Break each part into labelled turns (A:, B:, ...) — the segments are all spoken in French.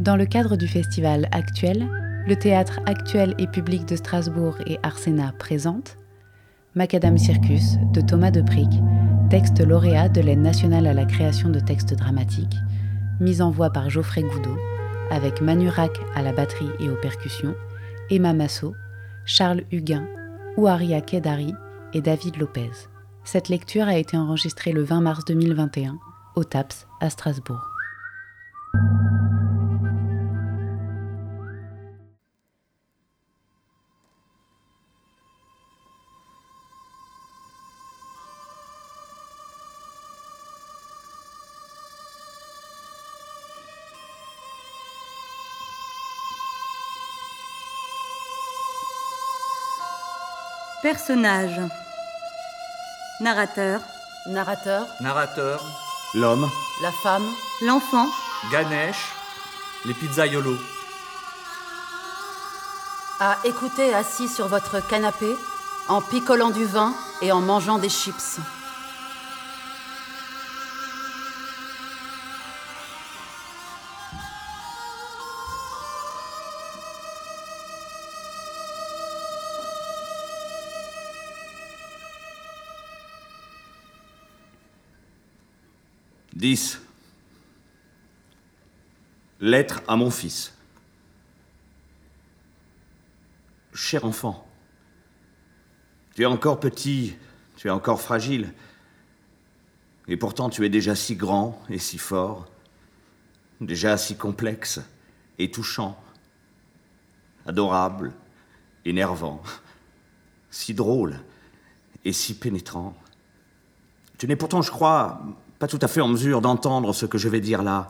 A: Dans le cadre du festival Actuel, le théâtre Actuel et Public de Strasbourg et Arsena présente Macadam Circus de Thomas Depric, texte lauréat de l'aide nationale à la création de textes dramatiques, mise en voix par Geoffrey Goudot, avec Manu Rack à la batterie et aux percussions, Emma Massot, Charles Huguin, Ouaria Kedari et David Lopez. Cette lecture a été enregistrée le 20 mars 2021 au TAPS à Strasbourg.
B: Personnage. Narrateur.
C: Narrateur.
D: Narrateur.
E: L'homme.
C: La femme.
B: L'enfant.
D: Ganesh. Les pizzaiolos.
C: À écouter assis sur votre canapé, en picolant du vin et en mangeant des chips.
E: Dix. Lettre à mon fils. Cher enfant, tu es encore petit, tu es encore fragile, et pourtant tu es déjà si grand et si fort, déjà si complexe et touchant, adorable, énervant, si drôle et si pénétrant. Tu n'es pourtant, je crois, pas tout à fait en mesure d'entendre ce que je vais dire là,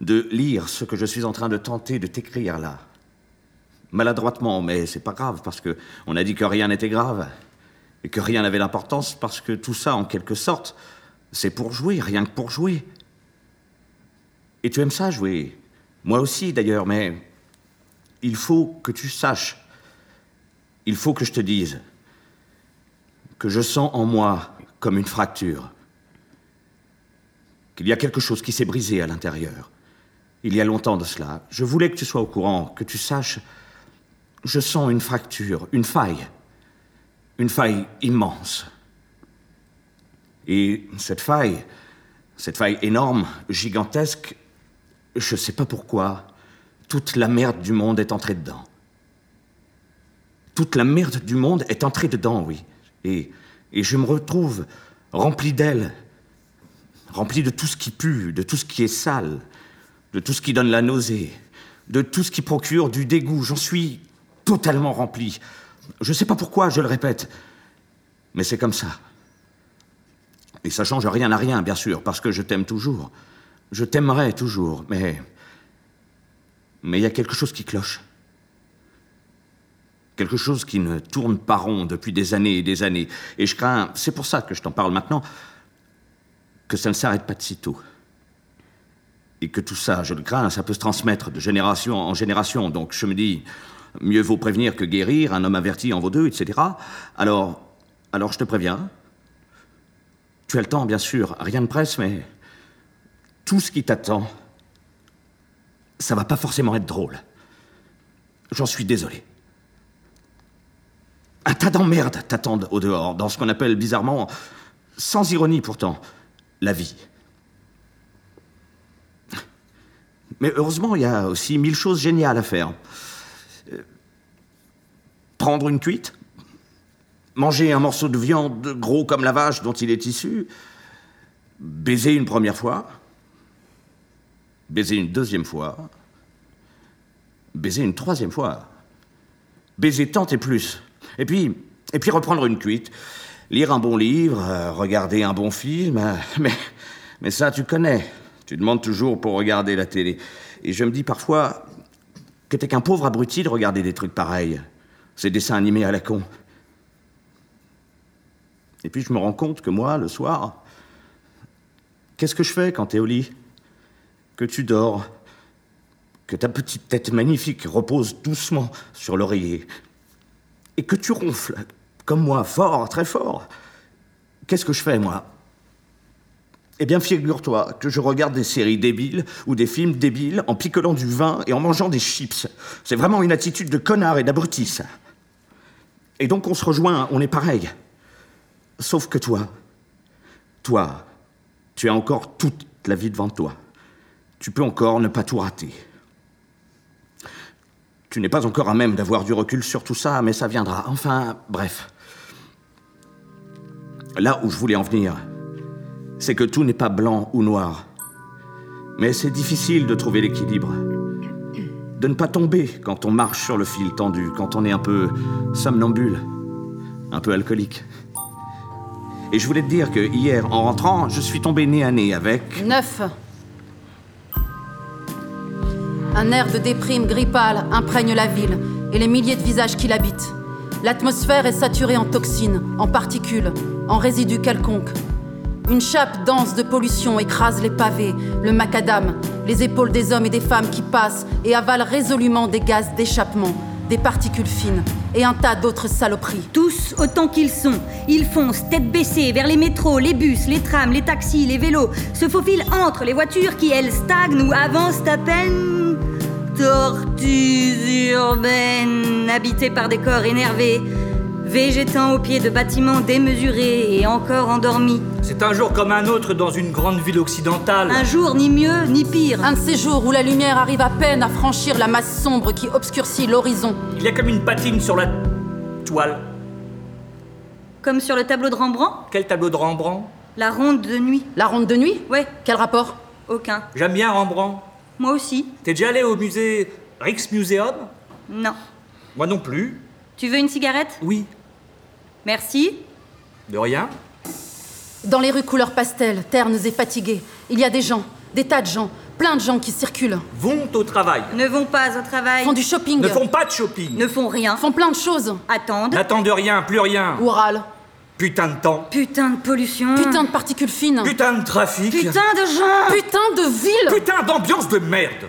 E: de lire ce que je suis en train de tenter de t'écrire là. Maladroitement, mais c'est pas grave parce que on a dit que rien n'était grave et que rien n'avait d'importance parce que tout ça, en quelque sorte, c'est pour jouer, rien que pour jouer. Et tu aimes ça jouer, moi aussi d'ailleurs, mais il faut que tu saches, il faut que je te dise que je sens en moi comme une fracture qu'il y a quelque chose qui s'est brisé à l'intérieur. Il y a longtemps de cela. Je voulais que tu sois au courant, que tu saches. Je sens une fracture, une faille. Une faille immense. Et cette faille, cette faille énorme, gigantesque, je sais pas pourquoi, toute la merde du monde est entrée dedans. Toute la merde du monde est entrée dedans, oui. Et, et je me retrouve rempli d'elle, rempli de tout ce qui pue, de tout ce qui est sale, de tout ce qui donne la nausée, de tout ce qui procure du dégoût. J'en suis totalement rempli. Je ne sais pas pourquoi, je le répète, mais c'est comme ça. Et ça change rien à rien, bien sûr, parce que je t'aime toujours. Je t'aimerai toujours, mais. Mais il y a quelque chose qui cloche. Quelque chose qui ne tourne pas rond depuis des années et des années. Et je crains, c'est pour ça que je t'en parle maintenant, que ça ne s'arrête pas de si tôt. Et que tout ça, je le crains, ça peut se transmettre de génération en génération. Donc je me dis, mieux vaut prévenir que guérir, un homme averti en vaut deux, etc. Alors, alors je te préviens. Tu as le temps, bien sûr, rien ne presse, mais tout ce qui t'attend, ça va pas forcément être drôle. J'en suis désolé. Un tas d'emmerdes t'attendent au dehors, dans ce qu'on appelle bizarrement, sans ironie pourtant, la vie. Mais heureusement, il y a aussi mille choses géniales à faire. Euh, prendre une cuite, manger un morceau de viande gros comme la vache dont il est issu, baiser une première fois, baiser une deuxième fois, baiser une troisième fois, baiser tant et plus. Et puis, et puis reprendre une cuite lire un bon livre, euh, regarder un bon film, euh, mais, mais ça, tu connais. Tu demandes toujours pour regarder la télé. Et je me dis parfois que t'es qu'un pauvre abruti de regarder des trucs pareils. Ces dessins animés à la con. Et puis je me rends compte que moi, le soir, qu'est-ce que je fais quand t'es au lit Que tu dors Que ta petite tête magnifique repose doucement sur l'oreiller Et que tu ronfles comme moi, fort, très fort. Qu'est-ce que je fais, moi Eh bien, figure-toi que je regarde des séries débiles ou des films débiles en picolant du vin et en mangeant des chips. C'est vraiment une attitude de connard et d'abruti, ça. Et donc, on se rejoint, on est pareil. Sauf que toi, toi, tu as encore toute la vie devant toi. Tu peux encore ne pas tout rater. Tu n'es pas encore à même d'avoir du recul sur tout ça, mais ça viendra. Enfin, bref. Là où je voulais en venir, c'est que tout n'est pas blanc ou noir. Mais c'est difficile de trouver l'équilibre. De ne pas tomber quand on marche sur le fil tendu, quand on est un peu somnambule, un peu alcoolique. Et je voulais te dire que hier, en rentrant, je suis tombé nez à nez avec.
C: Neuf. Un air de déprime grippale imprègne la ville et les milliers de visages qui l'habitent. L'atmosphère est saturée en toxines, en particules, en résidus quelconques. Une chape dense de pollution écrase les pavés, le macadam, les épaules des hommes et des femmes qui passent et avalent résolument des gaz d'échappement, des particules fines et un tas d'autres saloperies.
B: Tous autant qu'ils sont, ils foncent tête baissée vers les métros, les bus, les trams, les taxis, les vélos, se faufilent entre les voitures qui, elles, stagnent ou avancent à peine. Tortues urbaines, habitées par des corps énervés, végétant au pied de bâtiments démesurés et encore endormis.
F: C'est un jour comme un autre dans une grande ville occidentale.
B: Un jour ni mieux ni pire.
C: Un de ces jours où la lumière arrive à peine à franchir la masse sombre qui obscurcit l'horizon.
F: Il y a comme une patine sur la toile.
B: Comme sur le tableau de Rembrandt,
F: Quel tableau de Rembrandt
B: la ronde de nuit.
C: La ronde de nuit
B: Ouais,
C: Quel rapport
B: aucun.
F: J'aime bien Rembrandt.
B: Moi aussi.
F: T'es déjà allé au musée Rijksmuseum
B: Non.
F: Moi non plus.
B: Tu veux une cigarette
F: Oui.
B: Merci.
F: De rien.
C: Dans les rues couleur pastel, ternes et fatiguées, il y a des gens, des tas de gens, plein de gens qui circulent,
F: Vont au travail.
B: Ne vont pas au travail.
C: font du shopping,
F: Ne font pas de shopping.
B: Ne font rien.
C: font plein de choses,
B: Attendent.
F: N'attendent rien, plus rien.
C: ou râlent.
F: Putain de temps.
B: Putain de pollution.
C: Putain de particules fines,
F: Hmm. Putain de trafic.
B: Putain de gens.
C: putain de ville
F: Putain d'ambiance de merde.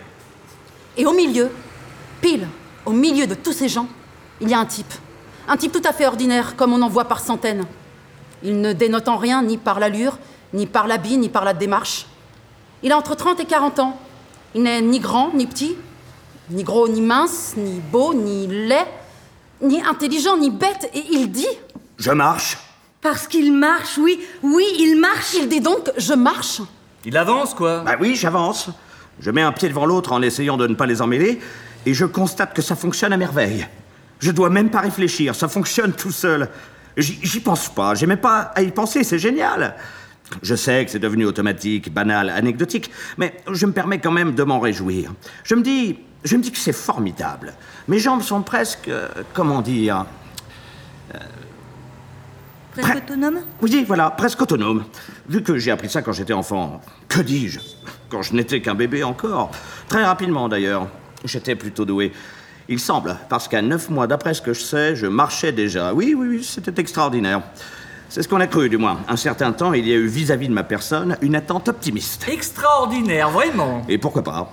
C: Et au milieu, pile, au milieu de tous ces gens, il y a un type. Un type tout à fait ordinaire, comme on en voit par centaines. Il ne dénote en rien, ni par l'allure, ni par l'habit, ni par la démarche. Il a entre 30 et 40 ans. Il n'est ni grand, ni petit, ni gros, ni mince, ni beau, ni laid, ni intelligent, ni bête, et il dit
E: Je marche
B: Parce qu'il marche, oui, oui, il marche.
C: Il dit donc Je marche.
F: Il avance, quoi.
E: Bah oui, j'avance. Je mets un pied devant l'autre en essayant de ne pas les emmêler, et je constate que ça fonctionne à merveille. Je dois même pas réfléchir, ça fonctionne tout seul. J'y j'y pense pas, j'ai même pas à y penser, c'est génial. Je sais que c'est devenu automatique, banal, anecdotique, mais je me permets quand même de m'en réjouir. Je me dis, je me dis que c'est formidable. Mes jambes sont presque, euh, comment dire,
B: Presque autonome
E: oui, voilà, presque autonome. Vu que j'ai appris ça quand j'étais enfant, que dis-je Quand je n'étais qu'un bébé encore. Très rapidement d'ailleurs. J'étais plutôt doué. Il semble, parce qu'à neuf mois, d'après ce que je sais, je marchais déjà. Oui, oui, oui, c'était extraordinaire. C'est ce qu'on a cru, du moins. Un certain temps, il y a eu vis-à-vis de ma personne une attente optimiste.
F: Extraordinaire, vraiment.
E: Et pourquoi pas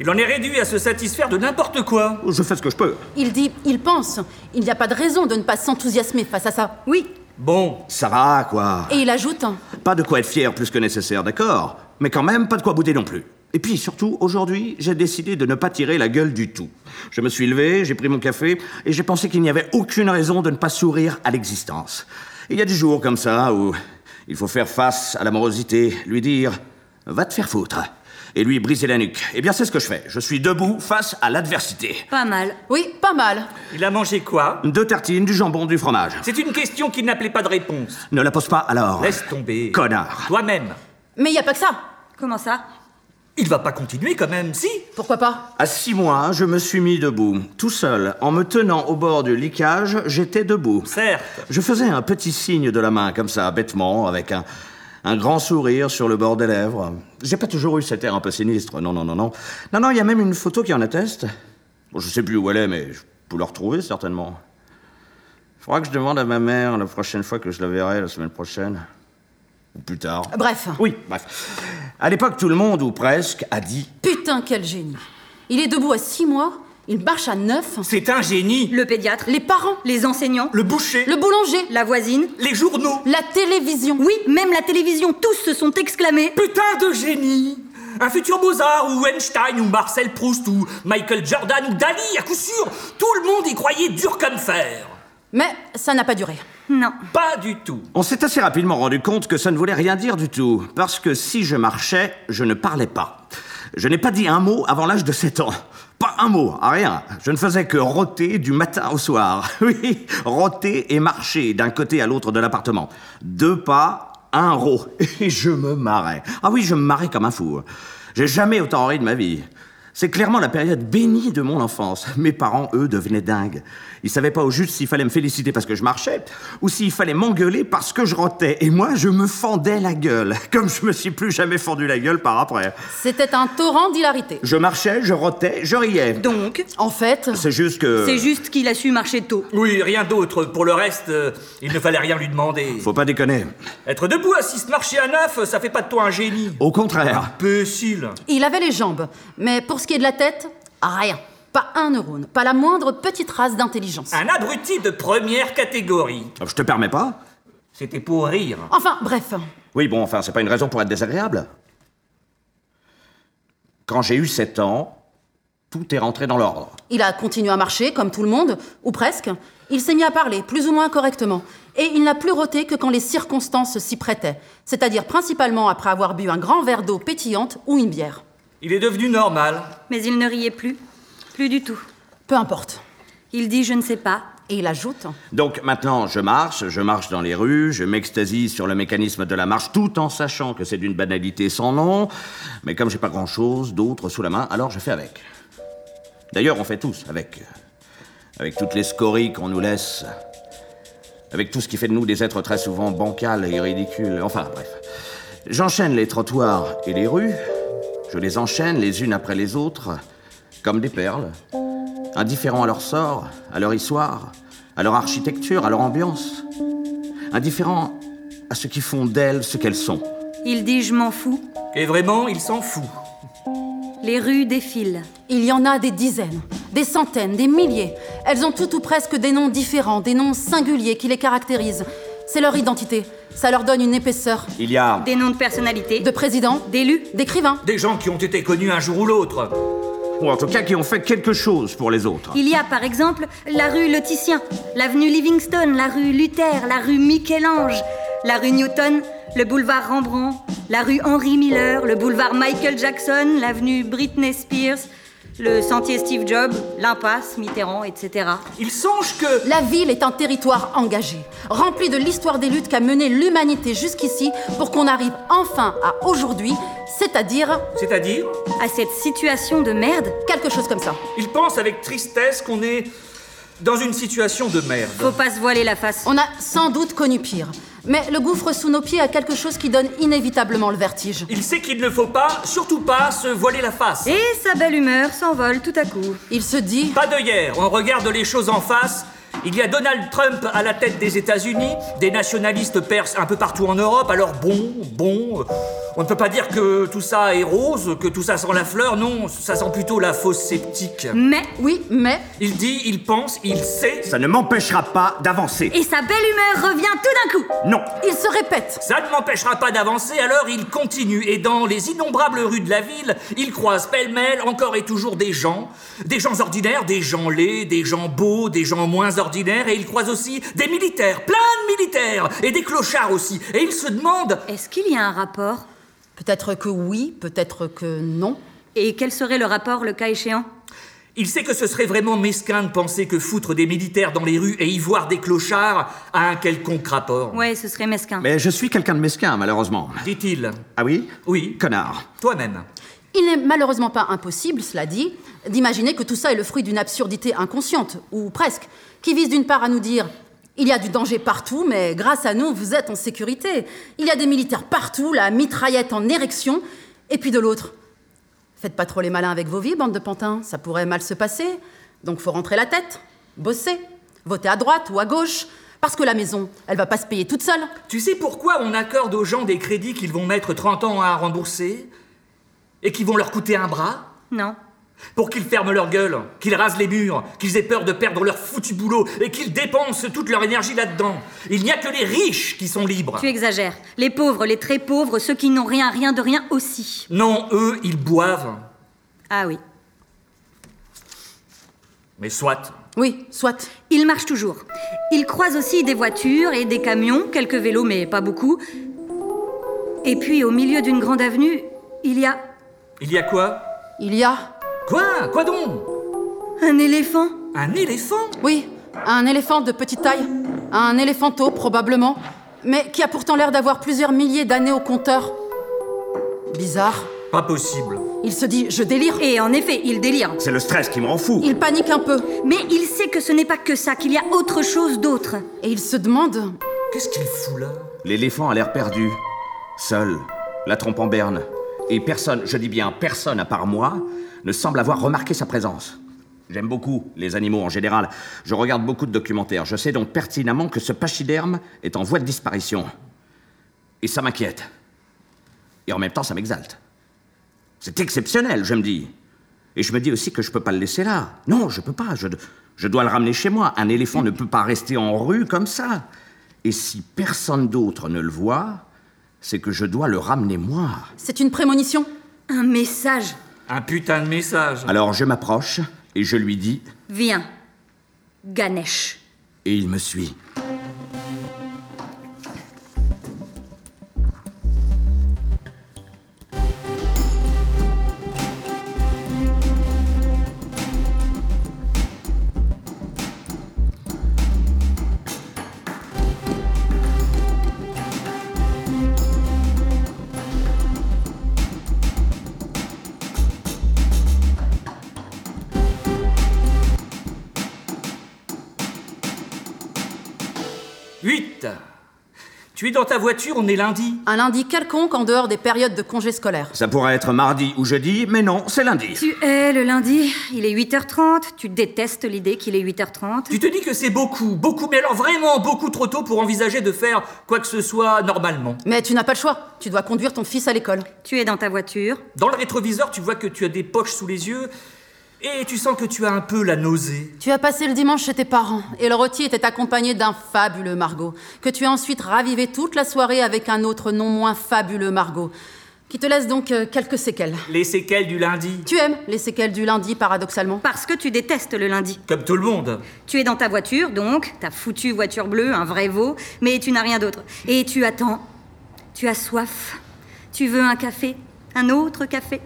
F: Il en est réduit à se satisfaire de n'importe quoi.
E: Je fais ce que je peux.
C: Il dit Il pense. Il n'y a pas de raison de ne pas s'enthousiasmer face à ça.
B: Oui.
F: Bon,
E: Ça va, quoi.
C: Et il ajoute
E: Pas de quoi être fier plus que nécessaire, d'accord Mais quand même, pas de quoi bouder non plus. Et puis surtout, aujourd'hui, j'ai décidé de ne pas tirer la gueule du tout. Je me suis levé, j'ai pris mon café, et j'ai pensé qu'il n'y avait aucune raison de ne pas sourire à l'existence. Il y a des jours comme ça où il faut faire face à l'amorosité, lui dire « va te faire foutre » et lui briser la nuque. Eh bien, c'est ce que je fais. Je suis debout face à l'adversité.
B: Pas mal.
C: Oui, pas mal.
F: il a mangé quoi
E: Deux tartines, du jambon, du fromage.
F: C'est une question qui n'appelait pas de réponse.
E: Ne la pose pas alors.
F: Laisse tomber.
E: Connard.
F: Toi-même.
C: Mais il n'y a pas que ça.
B: Comment ça
F: Il va pas continuer quand même, si
C: Pourquoi pas
E: À six mois, je me suis mis debout. Tout seul, en me tenant au bord du liquage, j'étais debout.
F: Certes.
E: Je faisais un petit signe de la main, comme ça, bêtement, avec un, un grand sourire sur le bord des lèvres. J'ai pas toujours eu cet air un peu sinistre. Non, non, non, non. Non, non, il y a même une photo qui en atteste. Bon, je sais plus où elle est, mais je peux la retrouver, certainement. Faudra que je demande à ma mère la prochaine fois que je la verrai, la semaine prochaine. Ou plus tard.
C: Bref.
E: Oui, bref. À l'époque, tout le monde, ou presque, a dit
C: Putain, quel génie. Il est debout à six mois Il marche à neuf.
F: C'est un génie.
B: Le pédiatre,
C: Les parents,
B: les enseignants,
F: Le boucher.
C: le boulanger,
B: la voisine.
F: Les journaux.
C: la télévision.
B: Oui, même la télévision, tous se sont exclamés.
F: Putain de génie Un futur Mozart ou Einstein ou Marcel Proust ou Michael Jordan ou Dali, à coup sûr, tout le monde y croyait dur comme fer.
C: Mais ça n'a pas duré.
B: Non.
F: Pas du tout.
E: On s'est assez rapidement rendu compte que ça ne voulait rien dire du tout, parce que si je marchais, je ne parlais pas. Je n'ai pas dit un mot avant l'âge de 7 ans. Pas un mot, rien. Je ne faisais que rôter du matin au soir. Oui, rôter et marcher d'un côté à l'autre de l'appartement. Deux pas, un rot. Et je me marrais. Ah oui, je me marrais comme un fou. J'ai jamais autant ri de ma vie. C'est clairement la période bénie de mon enfance. Mes parents, eux, devenaient dingues. Ils savaient pas au juste s'il fallait me féliciter parce que je marchais ou s'il fallait m'engueuler parce que je rotais. Et moi, je me fendais la gueule, comme je me suis plus jamais fendu la gueule par après.
C: C'était un torrent d'hilarité.
E: Je marchais, je rotais, je riais.
B: Donc,
C: En fait,
E: C'est juste que...
B: c'est juste qu'il a su marcher tôt.
F: Oui, rien d'autre. Pour le reste, euh, il ne fallait rien lui demander.
E: Faut pas déconner.
F: Être debout, assis, marcher à neuf, ça fait pas de toi un génie.
E: Au contraire.
F: Imbécile.
C: il avait les jambes. Mais pour ce qui est de la tête, rien. Pas un neurone, pas la moindre petite race d'intelligence.
F: Un abruti de première catégorie.
E: Je te permets pas
F: C'était pour rire.
C: Enfin, bref.
E: Oui, bon, enfin, c'est pas une raison pour être désagréable. Quand j'ai eu 7 ans, tout est rentré dans l'ordre.
C: Il a continué à marcher, comme tout le monde, ou presque. Il s'est mis à parler, plus ou moins correctement. Et il n'a plus roté que quand les circonstances s'y prêtaient. C'est-à-dire principalement après avoir bu un grand verre d'eau pétillante ou une bière.
F: Il est devenu normal.
B: Mais il ne riait plus. Plus du tout.
C: Peu importe.
B: Il dit je ne sais pas.
C: Et il ajoute
E: Donc maintenant, je marche, je marche dans les rues, je m'extasie sur le mécanisme de la marche tout en sachant que c'est d'une banalité sans nom. Mais comme j'ai pas grand chose d'autre sous la main, alors je fais avec. D'ailleurs, on fait tous avec. Avec toutes les scories qu'on nous laisse. Avec tout ce qui fait de nous des êtres très souvent bancals et ridicules. Enfin, bref. J'enchaîne les trottoirs et les rues. Je les enchaîne les unes après les autres, comme des perles indifférent à leur sort, à leur histoire, à leur architecture, à leur ambiance, indifférent à ce qui font d'elles ce qu'elles sont.
B: Il dit je m'en fous.
F: Et vraiment, il s'en fout.
B: Les rues défilent.
C: Il y en a des dizaines, des centaines, des milliers. Elles ont toutes ou presque des noms différents, des noms singuliers qui les caractérisent. C'est leur identité. Ça leur donne une épaisseur.
E: Il y a
B: Des noms de personnalités.
C: De président,
B: D'élus.
C: d'écrivain,
F: Des gens qui ont été connus un jour ou l'autre.
E: ou en tout cas qui ont fait quelque chose pour les autres.
B: Il y a par exemple la rue Le Titien, l'avenue Livingstone, la rue Luther, la rue Michel-Ange, la rue Newton, le boulevard Rembrandt, la rue Henry Miller, le boulevard Michael Jackson, l'avenue Britney Spears, le sentier Steve Jobs, l'impasse Mitterrand, etc.
F: Il songe que.
C: La ville est un territoire engagé, rempli de l'histoire des luttes qu'a menée l'humanité jusqu'ici pour qu'on arrive enfin à aujourd'hui, c'est-à-dire
F: C'est-à-dire,
B: À cette situation de merde,
C: quelque chose comme ça.
F: il pense avec tristesse qu'on est dans une situation de merde.
B: faut pas se voiler la face.
C: On a sans doute connu pire, mais le gouffre sous nos pieds a quelque chose qui donne inévitablement le vertige.
F: Il sait qu'il ne faut pas, surtout pas, se voiler la face.
B: Et sa belle humeur s'envole tout à coup.
C: Il se dit
F: Pas d'œillère, on regarde les choses en face. Il y a Donald Trump à la tête des États-Unis, des nationalistes perses un peu partout en Europe, alors bon, bon. euh, On ne peut pas dire que tout ça est rose, que tout ça sent la fleur, non, ça sent plutôt la fausse sceptique.
B: Mais,
C: oui, mais
F: Il dit, il pense, il sait.
E: Ça ne m'empêchera pas d'avancer.
B: et sa belle humeur revient tout d'un coup.
E: Non.
C: il se répète.
F: Ça ne m'empêchera pas d'avancer, alors il continue. Et dans les innombrables rues de la ville, il croise pêle-mêle encore et toujours des gens. Des gens ordinaires, des gens laids, des gens beaux, des gens moins ordinaires. Et il croise aussi des militaires, plein de militaires, et des clochards aussi. Et il se demande,
B: Est-ce qu'il y a un rapport
C: Peut-être que oui, peut-être que non.
B: Et quel serait le rapport le cas échéant
F: il sait que ce serait vraiment mesquin de penser que foutre des militaires dans les rues et y voir des clochards a un quelconque rapport.
B: Ouais, ce serait mesquin.
E: Mais je suis quelqu'un de mesquin, malheureusement.
F: Dit-il.
E: Ah oui
F: Oui,
E: Connard.
F: toi-même.
C: Il n'est malheureusement pas impossible, cela dit, d'imaginer que tout ça est le fruit d'une absurdité inconsciente, ou presque, qui vise d'une part à nous dire il y a du danger partout, mais grâce à nous, vous êtes en sécurité. Il y a des militaires partout, la mitraillette en érection, et puis de l'autre faites pas trop les malins avec vos vies, bande de pantins, ça pourrait mal se passer. Donc faut rentrer la tête, bosser, voter à droite ou à gauche, parce que la maison, elle va pas se payer toute seule.
F: Tu sais pourquoi on accorde aux gens des crédits qu'ils vont mettre 30 ans à rembourser et qui vont leur coûter un bras
B: Non.
F: Pour qu'ils ferment leur gueule, qu'ils rasent les murs, qu'ils aient peur de perdre leur foutu boulot et qu'ils dépensent toute leur énergie là-dedans. Il n'y a que les riches qui sont libres.
B: Tu exagères. Les pauvres, les très pauvres, ceux qui n'ont rien, rien de rien aussi.
F: Non, eux, ils boivent.
B: Ah oui.
F: Mais soit.
C: Oui, soit.
B: Ils marchent toujours. Ils croisent aussi des voitures et des camions, quelques vélos, mais pas beaucoup. Et puis, au milieu d'une grande avenue, il y a
F: Il y a quoi
C: Il y a
F: Quoi Quoi donc
B: un éléphant.
F: Un éléphant
C: Oui, un éléphant de petite taille, un éléphanto probablement, mais qui a pourtant l'air d'avoir plusieurs milliers d'années au compteur. Bizarre.
F: Pas possible.
C: Il se dit je délire.
B: Et en effet, il délire.
E: C'est le stress qui me rend fou.
C: Il panique un peu
B: Mais il sait que ce n'est pas que ça, qu'il y a autre chose d'autre.
C: et il se demande
F: Qu'est-ce qu'il fout là
E: L'éléphant a l'air perdu, seul, la trompe en berne. Et personne, je dis bien personne à part moi, ne semble avoir remarqué sa présence. J'aime beaucoup les animaux en général. Je regarde beaucoup de documentaires. Je sais donc pertinemment que ce pachyderme est en voie de disparition. Et ça m'inquiète. Et en même temps, ça m'exalte. C'est exceptionnel, je me dis. Et je me dis aussi que je peux pas le laisser là. Non, je peux pas. Je, je dois le ramener chez moi. Un éléphant ne peut pas rester en rue comme ça. Et si personne d'autre ne le voit, c'est que je dois le ramener moi.
C: c'est une prémonition.
B: Un message.
F: Un putain de message.
E: Alors je m'approche et je lui dis,
B: Viens. Ganesh.
E: et il me suit.
F: Huit. Tu es dans ta voiture, on est lundi.
C: Un lundi quelconque en dehors des périodes de congés scolaires.
E: Ça pourrait être mardi ou jeudi, mais non, c'est lundi.
B: Tu es le lundi, il est 8h30, tu détestes l'idée qu'il est 8h30.
F: Tu te dis que c'est beaucoup, beaucoup, mais alors vraiment beaucoup trop tôt pour envisager de faire quoi que ce soit normalement.
C: Mais tu n'as pas le choix, tu dois conduire ton fils à l'école.
B: Tu es dans ta voiture.
F: Dans le rétroviseur, tu vois que tu as des poches sous les yeux et tu sens que tu as un peu la nausée.
C: Tu as passé le dimanche chez tes parents et le rôti était accompagné d'un fabuleux Margot, que tu as ensuite ravivé toute la soirée avec un autre non moins fabuleux Margot, qui te laisse donc euh, quelques séquelles.
F: Les séquelles du lundi.
C: Tu aimes les séquelles du lundi, paradoxalement.
B: Parce que tu détestes le lundi.
F: Comme tout le monde.
B: Tu es dans ta voiture, donc, ta foutue voiture bleue, un vrai veau, mais tu n'as rien d'autre. Et tu attends. Tu as soif. Tu veux un café, un autre café.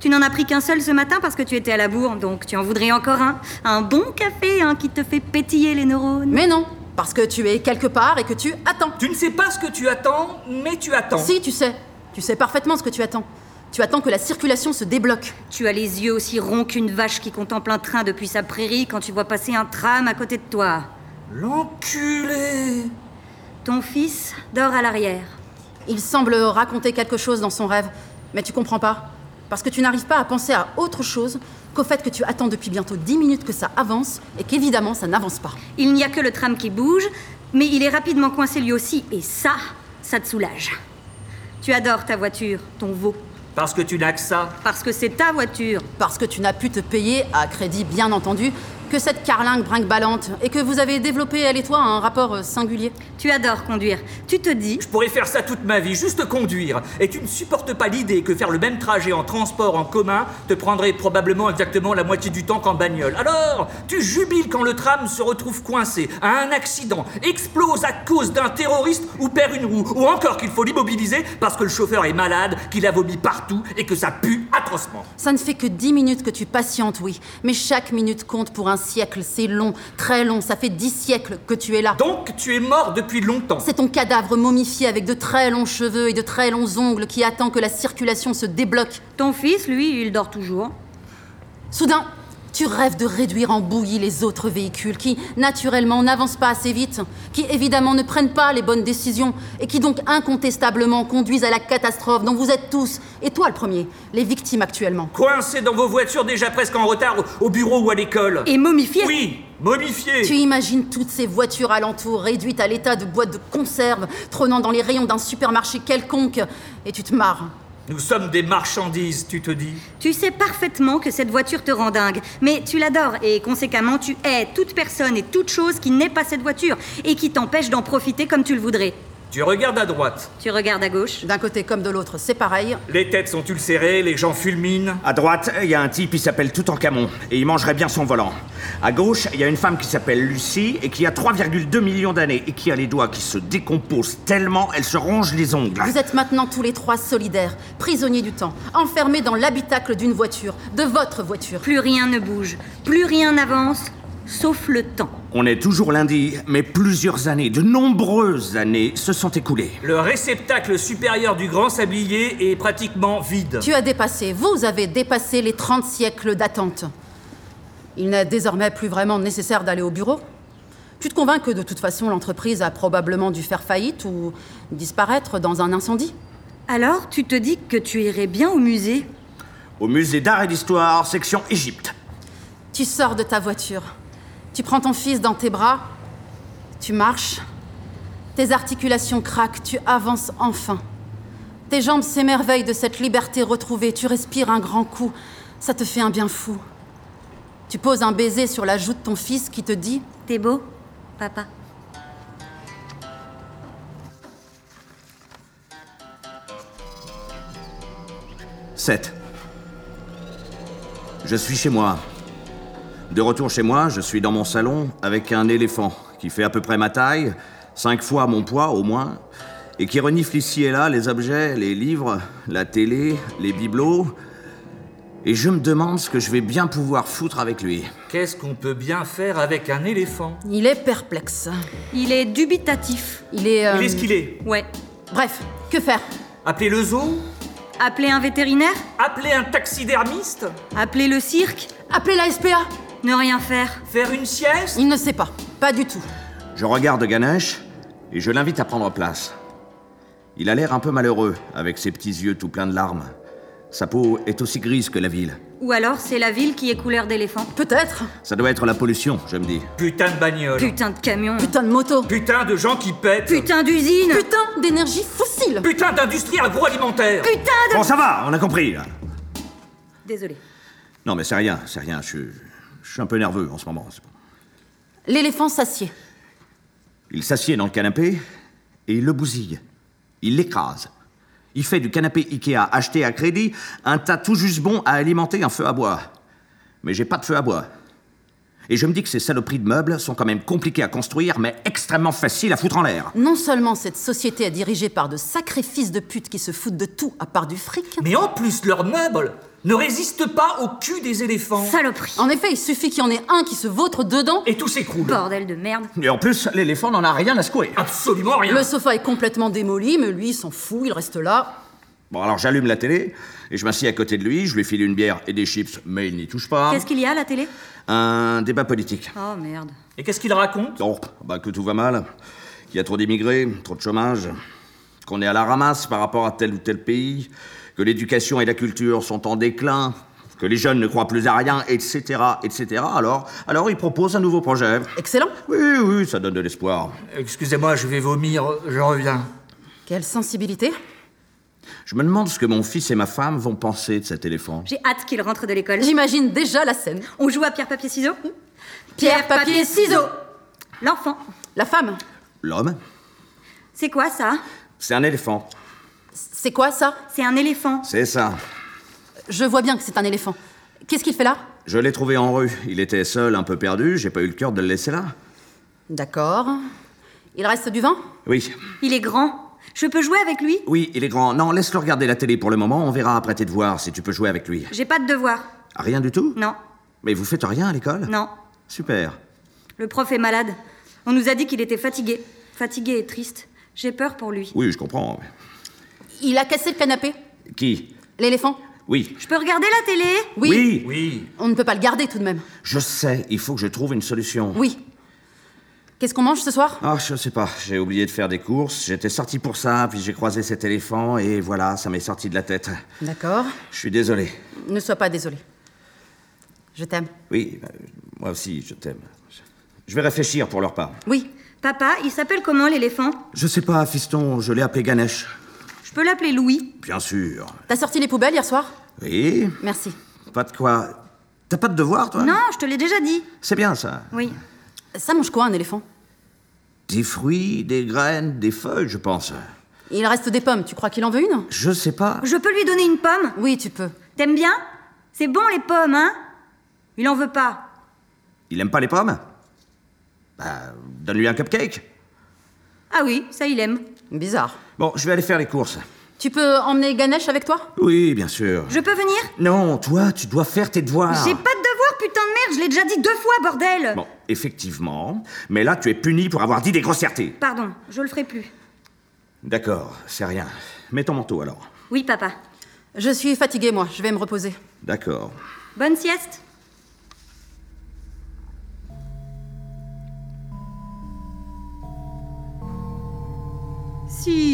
B: Tu n'en as pris qu'un seul ce matin parce que tu étais à la bourre, donc tu en voudrais encore un. Un bon café, un qui te fait pétiller les neurones.
C: Mais non, parce que tu es quelque part et que tu attends.
F: Tu ne sais pas ce que tu attends, mais tu attends.
C: Si, tu sais. Tu sais parfaitement ce que tu attends. Tu attends que la circulation se débloque.
B: Tu as les yeux aussi ronds qu'une vache qui contemple un train depuis sa prairie quand tu vois passer un tram à côté de toi.
F: L'enculé
B: Ton fils dort à l'arrière.
C: Il semble raconter quelque chose dans son rêve, mais tu comprends pas. Parce que tu n'arrives pas à penser à autre chose qu'au fait que tu attends depuis bientôt 10 minutes que ça avance et qu'évidemment ça n'avance pas.
B: Il n'y a que le tram qui bouge, mais il est rapidement coincé lui aussi, et ça, ça te soulage. Tu adores ta voiture, ton veau,
F: Parce que tu n'as que ça.
B: parce que c'est ta voiture.
C: Parce que tu n'as pu te payer, à crédit bien entendu, que cette carlingue brinque-ballante et que vous avez développé, elle et toi, un rapport euh, singulier.
B: Tu adores conduire. Tu te dis,
F: Je pourrais faire ça toute ma vie, juste conduire. Et tu ne supportes pas l'idée que faire le même trajet en transport en commun te prendrait probablement exactement la moitié du temps qu'en bagnole. Alors, tu jubiles quand le tram se retrouve coincé, à un accident, explose à cause d'un terroriste ou perd une roue, ou encore qu'il faut l'immobiliser parce que le chauffeur est malade, qu'il a vomi partout et que ça pue atrocement.
C: Ça ne fait que 10 minutes que tu patientes, oui. Mais chaque minute compte pour un siècle. C'est long, très long. Ça fait 10 siècles que tu es là.
F: Donc, tu es mort depuis longtemps.
C: C'est ton cadavre momifié avec de très longs cheveux et de très longs ongles qui attend que la circulation se débloque.
B: ton fils, lui, il dort toujours.
C: Soudain, tu rêves de réduire en bouillie les autres véhicules qui, naturellement, n'avancent pas assez vite, qui évidemment ne prennent pas les bonnes décisions et qui donc incontestablement conduisent à la catastrophe dont vous êtes tous, et toi le premier, les victimes actuellement.
F: Coincé dans vos voitures déjà presque en retard au- au bureau ou à l'école.
B: Et momifié.
F: Oui, momifié.
C: Tu imagines toutes ces voitures alentour réduites à l'état de boîtes de conserve, trônant dans les rayons d'un supermarché quelconque, et tu te marres.
F: Nous sommes des marchandises, tu te dis.
B: Tu sais parfaitement que cette voiture te rend dingue, mais tu l'adores et conséquemment tu hais toute personne et toute chose qui n'est pas cette voiture et qui t'empêche d'en profiter comme tu le voudrais.
F: Tu regardes à droite.
B: Tu regardes à gauche.
C: D'un côté comme de l'autre, c'est pareil.
F: Les têtes sont ulcérées, les gens fulminent.
E: À droite, il y a un type, il s'appelle Toutankhamon, et il mangerait bien son volant. À gauche, il y a une femme qui s'appelle Lucie, et qui a 3,2 millions d'années, et qui a les doigts qui se décomposent tellement, elle se ronge les ongles.
C: Vous êtes maintenant tous les trois solidaires, prisonniers du temps, enfermés dans l'habitacle d'une voiture, de votre voiture.
B: Plus rien ne bouge, plus rien n'avance, sauf le temps.
E: On est toujours lundi, mais plusieurs années, de nombreuses années, se sont écoulées.
F: Le réceptacle supérieur du grand sablier est pratiquement vide.
C: Tu as dépassé, vous avez dépassé les 30 siècles d'attente. Il n'est désormais plus vraiment nécessaire d'aller au bureau. Tu te convaincs que de toute façon l'entreprise a probablement dû faire faillite ou disparaître dans un incendie
B: Alors tu te dis que tu irais bien au musée
E: Au musée d'art et d'histoire, section Égypte.
C: Tu sors de ta voiture. Tu prends ton fils dans tes bras. Tu marches. Tes articulations craquent. Tu avances enfin. Tes jambes s'émerveillent de cette liberté retrouvée. Tu respires un grand coup. Ça te fait un bien fou. Tu poses un baiser sur la joue de ton fils qui te dit
B: T'es beau, papa.
E: Sept. Je suis chez moi. De retour chez moi, je suis dans mon salon avec un éléphant qui fait à peu près ma taille, cinq fois mon poids au moins, et qui renifle ici et là les objets, les livres, la télé, les bibelots. Et je me demande ce que je vais bien pouvoir foutre avec lui.
F: Qu'est-ce qu'on peut bien faire avec un éléphant
C: Il est perplexe.
B: Il est dubitatif.
C: Il est. euh,
F: Il est ce qu'il est.
B: Ouais.
C: Bref, que faire
F: Appeler le zoo
B: Appeler un vétérinaire
F: Appeler un taxidermiste
B: Appeler le cirque
C: Appeler la SPA
B: Ne rien faire.
F: Faire une sieste
C: Il ne sait pas. Pas du tout.
E: Je regarde Ganesh et je l'invite à prendre place. Il a l'air un peu malheureux, avec ses petits yeux tout pleins de larmes. Sa peau est aussi grise que la ville.
B: Ou alors c'est la ville qui est couleur d'éléphant.
C: Peut-être.
E: Ça doit être la pollution, je me dis.
F: Putain de bagnole.
B: Putain de camion.
C: Putain de moto.
F: Putain de gens qui pètent.
B: Putain d'usine.
C: Putain d'énergie fossile.
F: Putain d'industrie agroalimentaire.
B: Putain de...
E: Bon, ça va, on a compris. là.
B: Désolé.
E: Non, mais c'est rien, c'est rien. Je, je suis un peu nerveux en ce moment. c'est bon.
C: L'éléphant s'assied.
E: Il s'assied dans le canapé et il le bousille. Il l'écrase. Il fait du canapé Ikea acheté à crédit un tas tout juste bon à alimenter un feu à bois. Mais j'ai pas de feu à bois. Et je me dis que ces saloperies de meubles sont quand même compliquées à construire, mais extrêmement faciles à foutre en l'air.
C: Non seulement cette société est dirigée par de sacrés fils de pute qui se foutent de tout à part du fric,
F: Mais en plus, leurs meubles ne résistent pas au cul des éléphants.
B: Saloperie.
C: en effet, il suffit qu'il y en ait un qui se vautre dedans.
F: Et tout s'écroule.
B: Bordel de merde.
E: Et en plus, l'éléphant n'en a rien à secouer.
F: Absolument rien.
C: Le sofa est complètement démoli, mais lui, il s'en fout, il reste là.
E: Bon, alors j'allume la télé et je m'assieds à côté de lui, je lui file une bière et des chips, mais il n'y touche pas.
B: Qu'est-ce qu'il y a à la télé
E: Un débat politique.
B: Oh merde.
F: Et qu'est-ce qu'il raconte
E: Oh, bah que tout va mal, qu'il y a trop d'immigrés, trop de chômage, qu'on est à la ramasse par rapport à tel ou tel pays, que l'éducation et la culture sont en déclin, que les jeunes ne croient plus à rien, etc., etc. Alors, alors il propose un nouveau projet.
C: Excellent.
E: Oui, oui, ça donne de l'espoir.
F: Excusez-moi, je vais vomir, je reviens.
C: Quelle sensibilité.
E: Je me demande ce que mon fils et ma femme vont penser de cet éléphant.
B: J'ai hâte qu'il rentre de l'école.
C: J'imagine déjà la scène.
B: On joue à pierre, papier, ciseaux
C: Mmh. Pierre, papier, ciseaux.
B: L'enfant.
C: La femme,
E: L'homme,
B: C'est quoi ça
E: c'est un éléphant.
C: c'est quoi ça
B: C'est un éléphant.
E: C'est ça.
C: Je vois bien que c'est un éléphant. Qu'est-ce qu'il fait là
E: Je l'ai trouvé en rue. Il était seul, un peu perdu. J'ai pas eu le cœur de le laisser là.
C: D'accord. Il reste du vin
E: Oui,
B: Il est grand. Je peux jouer avec lui
E: oui, il est grand. Non, laisse-le regarder la télé pour le moment. On verra après tes devoirs si tu peux jouer avec lui. Ah,
B: J'ai pas de devoir.
E: Rien du tout
B: Non,
E: Mais vous faites rien à l'école
B: non.
E: Super.
B: Le prof est malade. On nous a dit qu'il était fatigué. Fatigué et triste. J'ai peur pour lui.
E: Oui, je comprends.
C: Il a cassé le canapé
E: Qui
C: L'éléphant
E: Oui.
B: Je peux regarder la télé
F: Oui.
C: On ne peut pas le garder tout de même.
E: Je sais, il faut que je trouve une solution.
C: Oui. Qu'est-ce qu'on mange ce soir
E: Ah, je sais pas, j'ai oublié de faire des courses, j'étais sorti pour ça, puis j'ai croisé cet éléphant, et voilà, ça m'est sorti de la tête.
C: D'accord.
E: Je suis désolé.
C: Ne sois pas désolé. Je t'aime.
E: Oui, euh, moi aussi, je t'aime. Je vais réfléchir pour leur part.
C: Oui.
B: Papa, il s'appelle comment l'éléphant
E: Je sais pas, fiston, je l'ai appelé Ganesh.
B: Je peux l'appeler Louis
E: Bien sûr.
C: T'as sorti les poubelles hier soir
E: Oui
C: Merci.
E: Pas de quoi. T'as pas de devoir, toi
B: Non, je te l'ai déjà dit.
E: C'est bien, ça.
B: Oui.
C: Ça mange quoi un éléphant
E: Des fruits, des graines, des feuilles, je pense.
C: Il reste des pommes, tu crois qu'il en veut une
E: Je sais pas.
B: Je peux lui donner une pomme
C: Oui, tu peux.
B: T'aimes bien C'est bon les pommes, hein Il en veut pas.
E: Il aime pas les pommes Bah, donne-lui un cupcake.
B: Ah oui, ça il aime.
C: Bizarre.
E: Bon, je vais aller faire les courses.
C: Tu peux emmener Ganesh avec toi
E: Oui, bien sûr.
B: Je peux venir
E: Non, toi, tu dois faire tes devoirs.
B: J'ai pas de devoir, putain de merde, je l'ai déjà dit deux fois, bordel
E: Ah. Bon, effectivement. Mais là, tu es puni pour avoir dit des grossièretés.
B: Pardon, je le ferai plus.
E: D'accord, c'est rien. Mets ton manteau alors.
B: Oui, papa.
C: Je suis fatiguée, moi, je vais me reposer.
E: D'accord.
B: Bonne sieste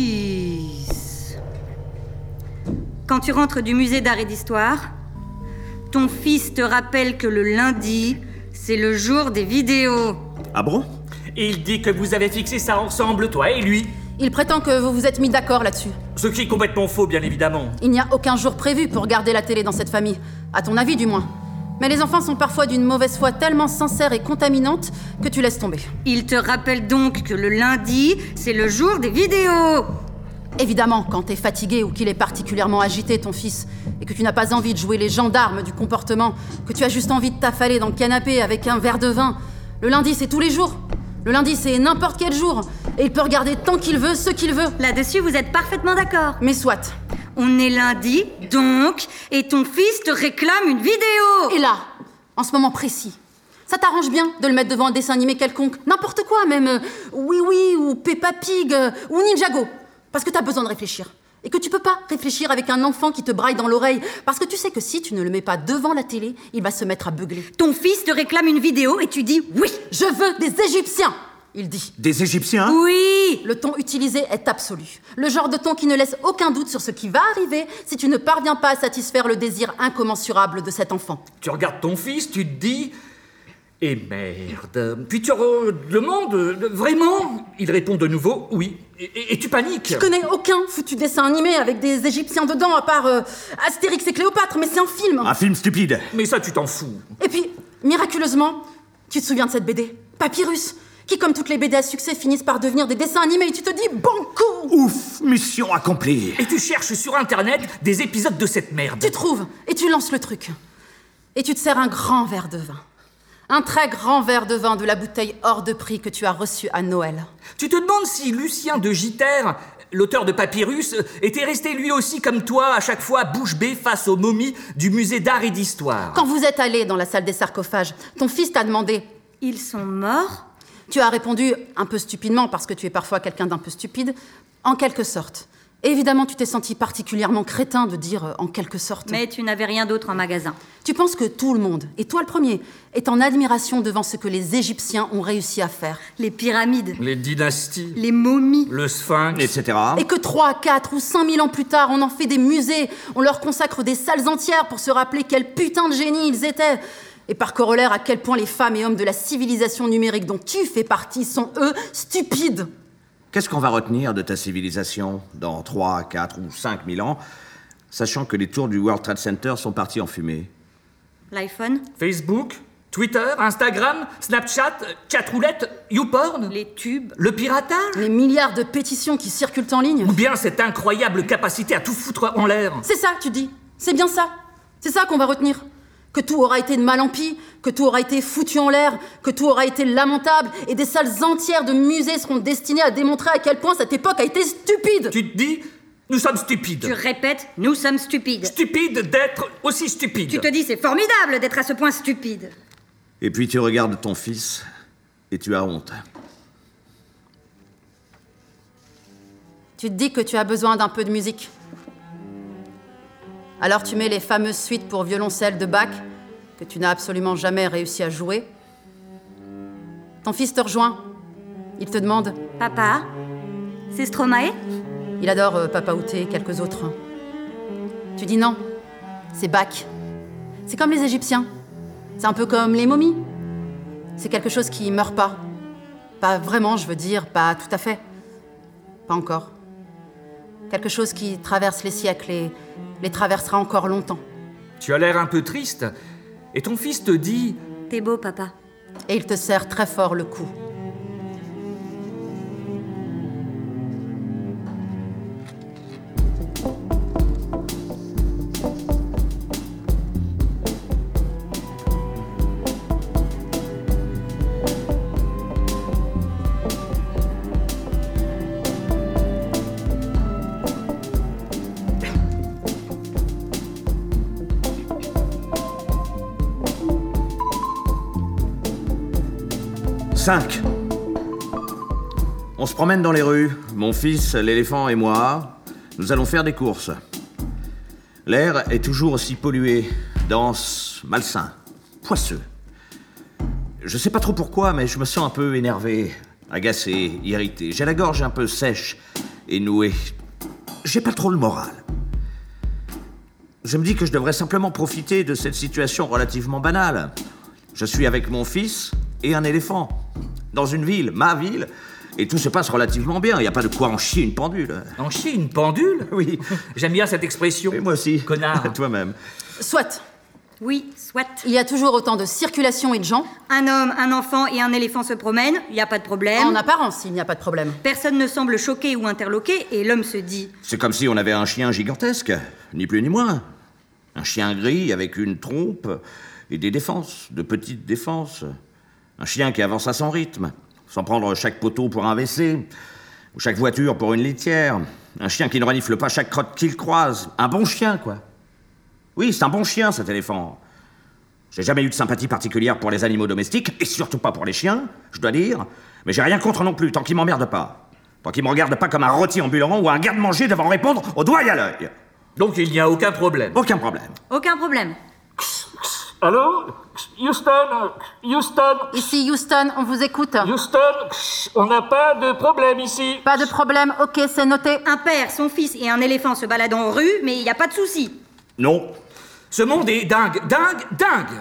B: Six. Quand tu rentres du musée d'art et d'histoire, ton fils te rappelle que le lundi, c'est le jour des vidéos.
E: Ah bon
F: Il dit que vous avez fixé ça ensemble, toi et lui.
C: Il prétend que vous vous êtes mis d'accord là-dessus.
F: Ce qui est complètement faux, bien évidemment.
C: Il n'y a aucun jour prévu pour regarder la télé dans cette famille, à ton avis du moins. Mais les enfants sont parfois d'une mauvaise foi tellement sincère et contaminante que tu laisses tomber.
B: Il te rappelle donc que le lundi, c'est le jour des vidéos.
C: Évidemment, quand t'es fatigué ou qu'il est particulièrement agité, ton fils, et que tu n'as pas envie de jouer les gendarmes du comportement, que tu as juste envie de t'affaler dans le canapé avec un verre de vin, le lundi c'est tous les jours. Le lundi c'est n'importe quel jour. Et il peut regarder tant qu'il veut, ce qu'il veut.
B: Là-dessus, vous êtes parfaitement d'accord.
C: Mais soit.
B: On est lundi, donc, et ton fils te réclame une vidéo.
C: Et là, en ce moment précis, ça t'arrange bien de le mettre devant un dessin animé quelconque, n'importe quoi même, euh, Oui Oui ou Peppa Pig euh, ou Ninjago, parce que t'as besoin de réfléchir. Et que tu peux pas réfléchir avec un enfant qui te braille dans l'oreille, parce que tu sais que si tu ne le mets pas devant la télé, il va se mettre à beugler.
B: Ton fils te réclame une vidéo et tu dis oui.
C: Je veux des Égyptiens, il dit.
E: Des Égyptiens
B: Oui.
C: Le ton utilisé est absolu. Le genre de ton qui ne laisse aucun doute sur ce qui va arriver si tu ne parviens pas à satisfaire le désir incommensurable de cet enfant.
F: Tu regardes ton fils, tu te dis. Et merde. Puis tu re- demandes euh, vraiment Il répond de nouveau oui. Et, et- et tu paniques.
C: Je connais aucun foutu dessin animé avec des Égyptiens dedans, à part euh, Astérix et Cléopâtre, mais c'est un film.
E: Un film stupide.
F: Mais ça, tu t'en fous.
C: Et puis, miraculeusement, tu te souviens de cette BD Papyrus, qui, comme toutes les BD à succès, finissent par devenir des dessins animés, et tu te dis bon coup
E: Ouf, mission accomplie.
F: Et tu cherches sur internet des épisodes de cette merde.
C: Tu trouves et tu lances le truc. Et tu te sers un grand verre de vin. Un très grand verre de vin de la bouteille hors de prix que tu as reçue à Noël.
F: Tu te demandes si Lucien de Gitter, l'auteur de Papyrus, euh, était resté lui aussi comme toi, à chaque fois bouche bée face aux momies du musée d'art et d'histoire.
C: Quand vous êtes allé dans la salle des sarcophages, ton fils t'a demandé
B: Ils sont morts.
C: Tu as répondu un peu stupidement, parce que tu es parfois quelqu'un d'un peu stupide, en quelque sorte. Évidemment, tu t'es senti particulièrement crétin de dire euh, en quelque sorte.
B: Mais tu n'avais rien d'autre en magasin.
C: tu penses que tout le monde, et toi le premier, est en admiration devant ce que les Égyptiens ont réussi à faire.
B: Les pyramides,
F: Les dynasties,
B: les momies.
F: le sphinx.
E: Etc.
C: Et que 3, 4 ou 5 000 ans plus tard, on en fait des musées, on leur consacre des salles entières pour se rappeler quel putain de génie ils étaient. Et par corollaire, à quel point les femmes et hommes de la civilisation numérique dont tu fais partie sont, eux, stupides.
E: Qu'est-ce qu'on va retenir de ta civilisation dans 3, 4 ou 5 000 ans, sachant que les tours du World Trade Center sont partis en fumée
B: L'iPhone,
F: Facebook, Twitter, Instagram, Snapchat, euh, chatroulette, YouPorn.
B: les tubes.
F: Le piratage
C: Les milliards de pétitions qui circulent en ligne.
F: Ou bien cette incroyable capacité à tout foutre en l'air
C: C'est ça, tu dis. C'est bien ça. C'est ça qu'on va retenir. Que tout aura été de mal en pis, que tout aura été foutu en l'air, que tout aura été lamentable, et des salles entières de musées seront destinées à démontrer à quel point cette époque a été stupide.
F: Tu te dis, nous sommes
B: Tu
F: stupides.
B: répètes, nous sommes stupides.
F: Stupides d'être aussi stupides.
B: Tu te dis, c'est formidable d'être à ce point stupide.
E: Et puis tu regardes ton fils et tu as honte.
C: Tu te dis que tu as besoin d'un peu de musique. Alors tu mets les fameuses suites pour violoncelle de Bach, que tu n'as absolument jamais réussi à jouer. Ton fils te rejoint. Il te demande.
B: Papa, c'est Stromae
C: Il adore euh, Papa Outé et quelques autres. hein. Tu dis non, c'est Bach. C'est comme les Égyptiens. C'est un peu comme les momies. C'est quelque chose qui meurt pas. Pas vraiment, je veux dire, pas tout à fait. Pas encore. Quelque chose qui traverse les siècles et les traversera encore longtemps.
F: Tu as l'air un peu triste. Et ton fils te dit
B: T'es beau, papa.
C: Et il te serre très fort le cou.
E: Cinq. On se promène dans les rues, mon fils, l'éléphant et moi. Nous allons faire des courses. L'air est toujours aussi pollué, dense, malsain, poisseux. Je sais pas trop pourquoi, mais je me sens un peu énervé, agacé, irrité. J'ai la gorge un peu sèche et nouée. J'ai pas trop le moral. Je me dis que je devrais simplement profiter de cette situation relativement banale. Je suis avec mon fils et un éléphant. Dans une ville, ma ville, et tout se passe relativement bien. Il n'y a pas de quoi en chier une pendule.
F: En chier une pendule
E: Oui.
F: J'aime bien cette expression.
E: Et moi aussi.
F: Connard.
E: Toi-même.
C: Soit,
B: Oui, soit.
C: il y a toujours autant de circulation et de gens.
B: Un homme, un enfant et un éléphant se promènent, y a pas de problème.
C: En apparence, il n'y a pas de problème.
B: Personne ne semble choqué ou interloqué, et l'homme se dit
E: C'est comme si on avait un chien gigantesque, ni plus ni moins. Un chien gris avec une trompe et des défenses, de petites défenses. Un chien qui avance à son rythme, sans prendre chaque poteau pour un WC, ou chaque voiture pour une litière. Un chien qui ne renifle pas chaque crotte qu'il croise. Un bon chien, quoi. Oui, c'est un bon chien, cet éléphant. J'ai jamais eu de sympathie particulière pour les animaux domestiques, et surtout pas pour les chiens, je dois dire. Mais j'ai rien contre non plus, tant qu'ils m'emmerdent pas. Tant qu'ils me regardent pas comme un rôti ambulant ou un garde-manger devant répondre au doigt et à l'œil.
F: Donc il n'y a aucun problème.
E: Aucun problème.
B: Aucun problème.
G: Allô Houston Houston
C: Ici Houston, on vous écoute.
G: Houston
F: oh.
G: On n'a pas de problème ici.
C: Pas de problème, ok, c'est noté.
B: Un père, son fils et un éléphant se baladent en rue, mais il n'y a pas de souci.
E: Non.
F: Ce monde est dingue, dingue, dingue.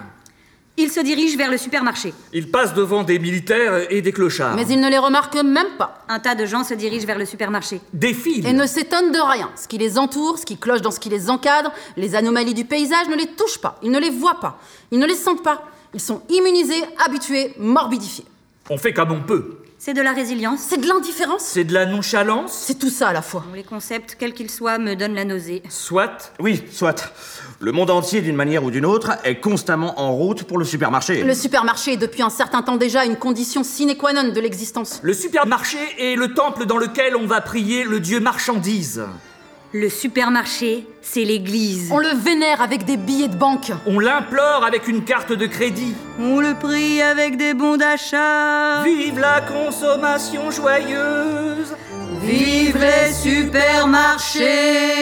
B: Ils se dirigent vers le supermarché.
F: Il passe devant des militaires et des clochards.
C: Mais il ne les remarque même pas
B: Un tas de gens se dirigent vers le supermarché.
F: Des filles.
C: et ne s'étonne de rien. Ce qui les entoure, ce qui cloche dans ce qui les encadre, les anomalies du paysage ne les touchent pas, ils ne les voient pas, ils ne les sentent pas. Ils sont immunisés, habitués, morbidifiés.
F: On fait comme on peut.
B: C'est de la résilience.
C: C'est de l'indifférence
F: C'est de la nonchalance,
C: C'est tout ça à la fois.
B: Les concepts, quels qu'ils soient, me donnent la nausée.
F: soit.
E: Oui, soit. Le monde entier, d'une manière ou d'une autre, est constamment en route pour le supermarché.
C: Le supermarché est depuis un certain temps déjà une condition sine qua non de l'existence.
F: Le supermarché est le temple dans lequel on va prier le dieu marchandise.
B: Le supermarché, c'est l'église.
C: On le vénère avec des billets de banque.
F: On l'implore avec une carte de crédit.
B: On le prie avec des bons d'achat.
F: Vive la consommation joyeuse.
B: Vive les supermarchés.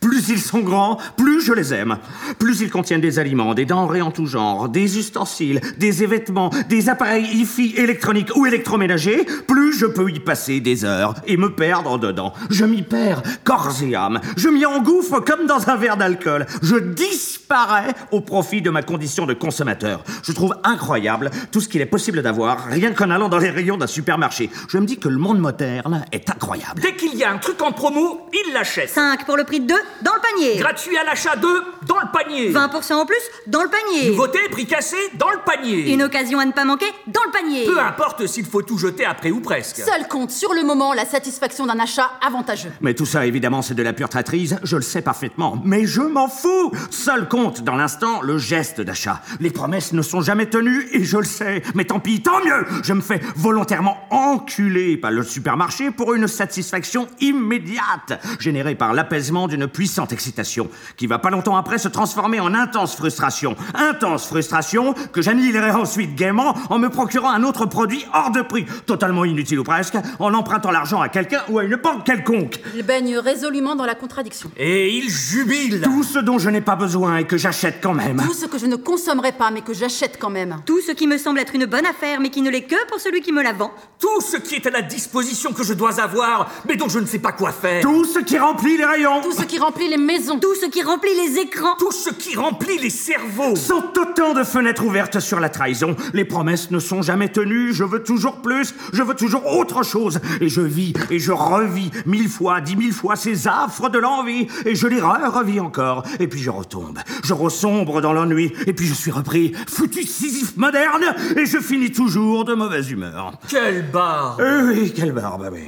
E: Plus ils sont grands, plus je les aime. Plus ils contiennent des aliments, des denrées en tout genre, des ustensiles, des vêtements, des appareils hi-fi électroniques ou électroménagers, plus je peux y passer des heures et me perdre dedans. Je m'y perds, corps et âme. Je m'y engouffre comme dans un verre d'alcool. Je disparais au profit de ma condition de consommateur. Je trouve incroyable tout ce qu'il est possible d'avoir rien qu'en allant dans les rayons d'un supermarché. Je me dis que le monde moderne est incroyable.
F: Dès qu'il y a un truc en promo, il l'achète.
B: 5 pour le prix de 2 dans le panier.
F: Gratuit à l'achat de dans le panier.
B: 20% en plus dans le panier.
F: Voter prix cassé dans le panier.
B: Une occasion à ne pas manquer dans le panier.
F: Peu importe s'il faut tout jeter après ou presque.
C: Seul compte sur le moment la satisfaction d'un achat avantageux.
E: Mais tout ça, évidemment, c'est de la pure traîtrise, je le sais parfaitement. Mais je m'en fous Seul compte, dans l'instant, le geste d'achat. Les promesses ne sont jamais tenues, et je le sais. Mais tant pis, tant mieux Je me fais volontairement enculer par le supermarché pour une satisfaction immédiate, générée par l'apaisement d'une puissante excitation, qui va pas longtemps après se transformer en intense frustration. Intense frustration que j'annihilerai ensuite gaiement en me procurant un autre produit hors de prix, totalement inutile ou presque, en empruntant l'argent à quelqu'un ou à une banque quelconque.
C: Il baigne résolument dans la contradiction.
F: Et il jubile.
E: Tout ce dont je n'ai pas besoin et que j'achète quand même.
C: Tout ce que je ne consommerai pas mais que j'achète quand même.
B: Tout ce qui me semble être une bonne affaire, mais qui ne l'est que pour celui qui me la vend.
F: Tout ce qui est à la disposition que je dois avoir, mais dont je ne sais pas quoi faire.
E: Tout ce qui remplit les rayons.
C: Tout ce qui remplit remplit les maisons.
B: Tout ce qui remplit les écrans.
F: Tout ce qui remplit les cerveaux.
E: Sont autant de fenêtres ouvertes sur la trahison. Les promesses ne sont jamais tenues. Je veux toujours plus. Je veux toujours autre chose. Et je vis et je revis mille fois, dix mille fois ces affres de l'envie. Et je les revis encore. Et puis je retombe. Je ressombre dans l'ennui. Et puis je suis repris. Foutu Sisyphe moderne. Et je finis toujours de mauvaise humeur.
F: Quelle barre
E: Eh oui, quelle barbe, oui.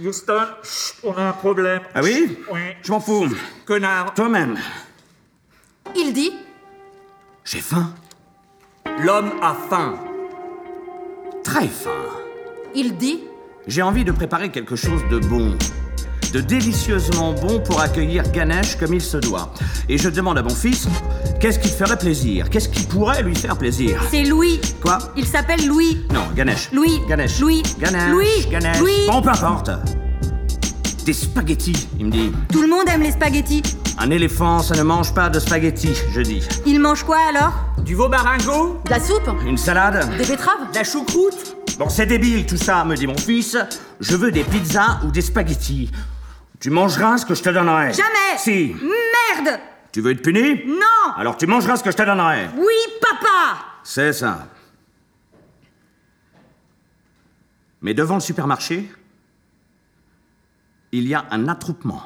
G: Houston, on a un problème.
E: Ah oui
G: Oui.
E: Je m'en fous.
F: Connard
E: Toi-même.
C: Il dit
E: J'ai faim.
F: L'homme a faim.
E: Très faim.
C: Il dit
E: J'ai envie de préparer quelque chose de bon, de délicieusement bon pour accueillir Ganesh comme il se doit. Et je demande à mon fils, qu'est-ce qui te ferait plaisir Qu'est-ce qui pourrait lui faire plaisir
B: C'est Louis.
E: Quoi
B: Il s'appelle Louis.
E: Non, Ganesh.
B: Louis.
E: Ganesh.
B: Louis.
E: Ganesh.
B: Louis.
E: Ganesh.
B: Louis.
E: Bon, peu importe. Des spaghettis, il me dit.
B: Tout le monde aime les spaghettis.
E: Un éléphant, ça ne mange pas de spaghettis, je dis.
B: Il mange quoi alors
F: Du veau baringo
C: De la soupe
E: Une salade
C: Des betteraves
F: De la choucroute
E: Bon, c'est débile tout ça, me dit mon fils. Je veux des pizzas ou des spaghettis. Tu mangeras ce que je te donnerai.
B: Jamais
E: Si.
B: Merde
E: Tu veux être puni
B: Non
E: Alors tu mangeras ce que je te donnerai.
B: Oui, papa
E: C'est ça. Mais devant le supermarché, il y a un attroupement.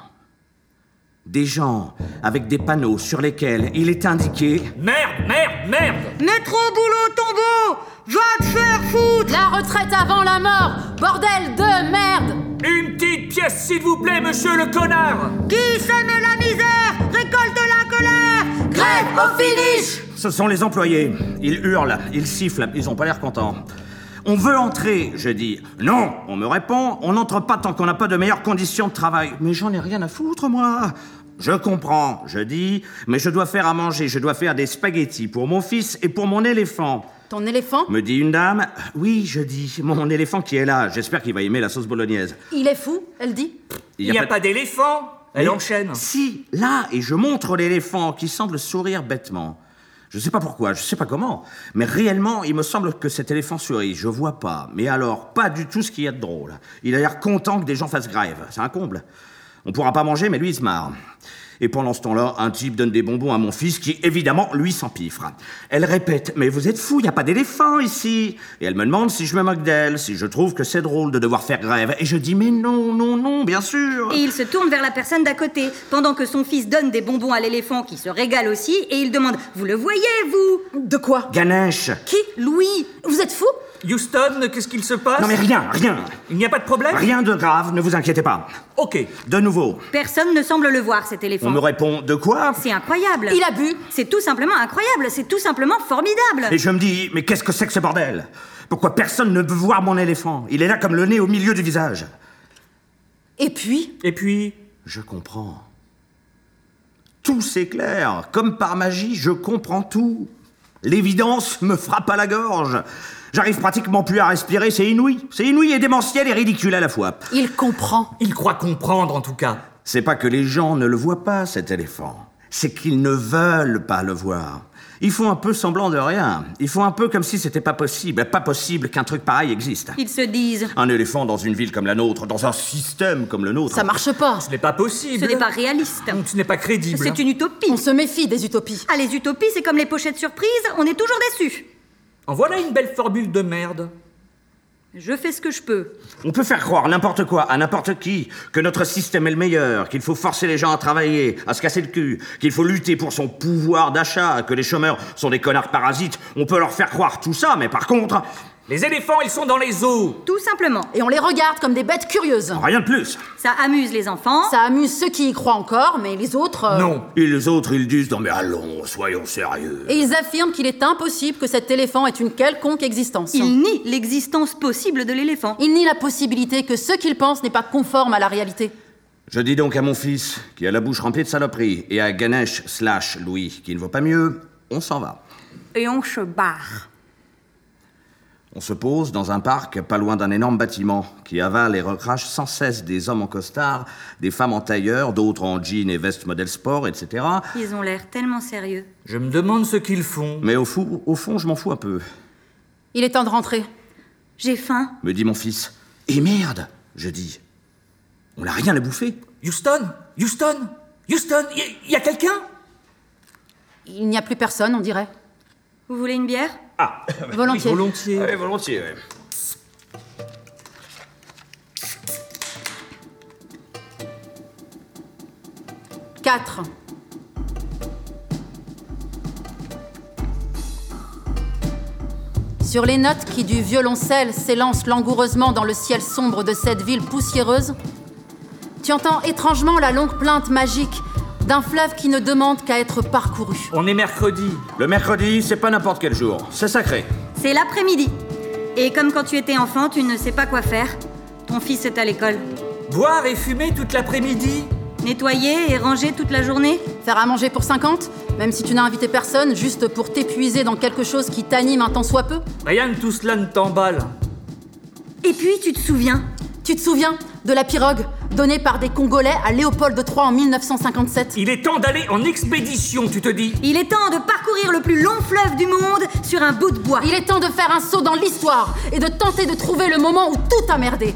E: Des gens avec des panneaux sur lesquels il est indiqué
F: Merde, merde, merde
B: Métro, boulot, tombeau Va te faire foutre
C: La retraite avant la mort Bordel de merde
F: Une petite pièce, s'il vous plaît, monsieur le connard
B: Qui sème la misère Récolte la colère Grève au finish
E: Ce sont les employés. Ils hurlent, ils sifflent, ils ont pas l'air contents. On veut entrer, je dis. Non, on me répond, on n'entre pas tant qu'on n'a pas de meilleures conditions de travail. Mais j'en ai rien à foutre, moi. Je comprends, je dis, mais je dois faire à manger, je dois faire des spaghettis pour mon fils et pour mon éléphant.
C: Ton éléphant
E: Me dit une dame. Oui, je dis, mon éléphant qui est là, j'espère qu'il va aimer la sauce bolognaise.
C: Il est fou, elle dit.
F: Il n'y a, pas d'éléphant Elle enchaîne.
E: Si, là, et je montre l'éléphant qui semble sourire bêtement. Je sais pas pourquoi, je sais pas comment, mais réellement, il me semble que cet éléphant sourit. Je vois pas, mais alors, pas du tout ce qu'il y a de drôle. Il a l'air content que des gens fassent grève, c'est un comble. On pourra pas manger, mais lui, il se marre. Et pendant ce temps-là, un type donne des bonbons à mon fils qui, évidemment, lui s'empiffre. Elle répète Mais vous êtes fou, il n'y a pas d'éléphant ici Et elle me demande si je me moque d'elle, si je trouve que c'est drôle de devoir faire grève. Et je dis Mais non, non, non, bien sûr
B: Et il se tourne vers la personne d'à côté, pendant que son fils donne des bonbons à l'éléphant qui se régale aussi, et il demande Vous le voyez, vous
C: De quoi
E: Ganesh
B: Qui Louis
C: Vous êtes fou
F: Houston, qu'est-ce qu'il se passe
E: Non mais rien, rien,
F: Il n'y a pas de problème
E: rien de grave, ne vous inquiétez pas.
F: Ok.
E: De nouveau,
B: Personne ne semble le voir, cet éléphant.
E: on me répond de quoi
B: C'est incroyable
C: Il a bu
B: C'est tout simplement incroyable, c'est tout simplement formidable
E: Et je me dis, mais qu'est-ce que c'est que ce bordel Pourquoi personne ne peut voir mon éléphant Il est là comme le nez au milieu du visage.
C: Et puis
F: Et puis
E: Je comprends. Tout s'éclaire, comme par magie, je comprends tout. L'évidence me frappe à la gorge. J'arrive pratiquement plus à respirer, c'est inouï. C'est inouï et démentiel et ridicule à la fois.
C: il comprend.
F: Il croit comprendre, en tout cas.
E: C'est pas que les gens ne le voient pas, cet éléphant. C'est qu'ils ne veulent pas le voir. Ils font un peu semblant de rien. Ils font un peu comme si c'était pas possible. Pas possible qu'un truc pareil existe.
B: Ils se disent
E: Un éléphant dans une ville comme la nôtre, dans un système comme le nôtre.
C: Ça marche pas.
F: Ce n'est pas possible.
B: Ce n'est pas réaliste.
F: Ce n'est pas crédible.
B: C'est une utopie.
C: On se méfie des utopies.
B: Ah, les utopies, c'est comme les pochettes surprises, on est toujours déçus.
F: En voilà une belle formule de merde.
B: Je fais ce que je peux.
E: On peut faire croire n'importe quoi à n'importe qui que notre système est le meilleur, qu'il faut forcer les gens à travailler, à se casser le cul, qu'il faut lutter pour son pouvoir d'achat, que les chômeurs sont des connards parasites. On peut leur faire croire tout ça, mais par contre,
F: Les éléphants, ils sont dans les eaux.
B: Tout simplement.
C: Et on les regarde comme des bêtes curieuses.
E: rien de plus.
B: Ça amuse les enfants.
C: Ça amuse ceux qui y croient encore, mais les autres...
B: Oh.
C: euh,
F: Non.
E: Et les autres, ils disent non mais allons, soyons sérieux.
C: Et ils affirment qu'il est impossible que cet éléphant ait une quelconque existence.
B: Ils nient l'existence possible de l'éléphant.
C: Il nie la possibilité que ce qu'il pense n'est pas conforme à la réalité.
E: Je dis donc à mon fils, qui a la bouche remplie de saloperies, et à Ganesh slash Louis, qui ne vaut pas mieux, on s'en va.
B: Et on se barre.
E: On se pose dans un parc pas loin d'un énorme bâtiment qui avale et recrache sans cesse des hommes en costard, des femmes en tailleur, d'autres en jean et veste modèle sport, etc.
B: Ils ont l'air tellement sérieux.
F: Je me demande ce qu'ils font.
E: Mais au, fou- au fond, je m'en fous un peu,
C: Il est temps de rentrer.
B: J'ai faim.
E: me dit mon fils. Et merde, je dis. On n'a rien à bouffer.
F: Houston Houston Houston, il y, y a quelqu'un
C: Il n'y a plus personne, on dirait.
B: Vous voulez une bière
C: Volontiers.
F: Volontiers.
E: Ouais, volontiers, ouais.
C: Quatre. Sur les notes qui du violoncelle s'élancent langoureusement dans le ciel sombre de cette ville poussiéreuse, tu entends étrangement la longue plainte magique d'un fleuve qui ne demande qu'à être parcouru.
F: On est mercredi.
E: Le mercredi, c'est pas n'importe quel jour. C'est sacré.
B: C'est l'après-midi. Et comme quand tu étais enfant, tu ne sais pas quoi faire. Ton fils est à l'école.
F: Boire et fumer toute l'après-midi
B: Nettoyer et ranger toute la journée
C: Faire à manger pour 50, même si tu n'as invité personne, juste pour t'épuiser dans quelque chose qui t'anime un tant soit peu.
F: Rien de tout cela ne t'emballe.
B: Et puis tu te souviens
C: Tu te souviens de la pirogue donnée par des Congolais à Léopold III en 1957
F: Il est temps d'aller en expédition, tu te dis
B: Il est temps de parcourir le plus long fleuve du monde sur un bout de bois.
C: Il est temps de faire un saut dans l'histoire et de tenter de trouver le moment où tout a merdé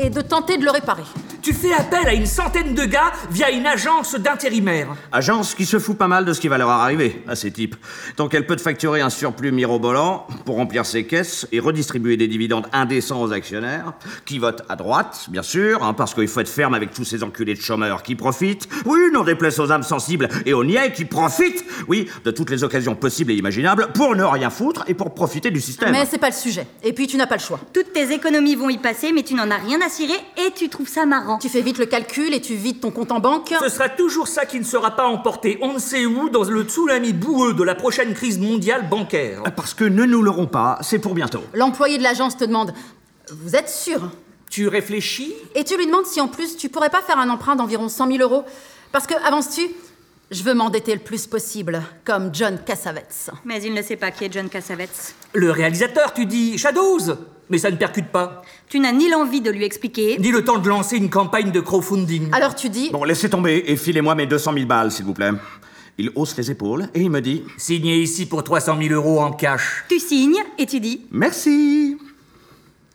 C: et de tenter de le réparer.
F: Tu fais appel à une centaine de gars via une agence d'intérimaires.
E: Agence qui se fout pas mal de ce qui va leur arriver à ces types. Tant qu'elle peut te facturer un surplus mirobolant pour remplir ses caisses et redistribuer des dividendes indécents aux actionnaires, qui votent à droite, bien sûr, hein, parce qu'il faut être ferme avec tous ces enculés de chômeurs qui profitent. Oui, non déplace aux âmes sensibles et aux niais qui profitent, oui, de toutes les occasions possibles et imaginables pour ne rien foutre et pour profiter du système.
C: Mais c'est pas le sujet. Et puis tu n'as pas le choix.
B: Toutes tes économies vont y passer, mais tu n'en as rien à cirer et tu trouves ça marrant.
C: Tu fais vite le calcul et tu vides ton compte en banque.
F: Ce sera toujours ça qui ne sera pas emporté, on ne sait où, dans le tsunami boueux de la prochaine crise mondiale bancaire.
E: Parce que ne nous l'aurons pas, c'est pour bientôt.
C: L'employé de l'agence te demande Vous êtes sûr hein
F: Tu réfléchis
C: Et tu lui demandes si en plus tu pourrais pas faire un emprunt d'environ 100 000 euros. Parce que, avances-tu Je veux m'endetter le plus possible, comme John Cassavetes.
B: Mais il ne sait pas qui est John Cassavetes.
F: Le réalisateur, tu dis Shadows Mais ça ne percute pas.
B: Tu n'as ni l'envie de lui expliquer,
F: Ni le temps de lancer une campagne de crowdfunding.
C: Alors tu dis
E: Bon, laissez tomber et filez-moi mes 200 000 balles, s'il vous plaît. Il hausse les épaules et il me dit
F: Signé ici pour 300 000 euros en cash.
B: tu signes et tu dis
E: Merci.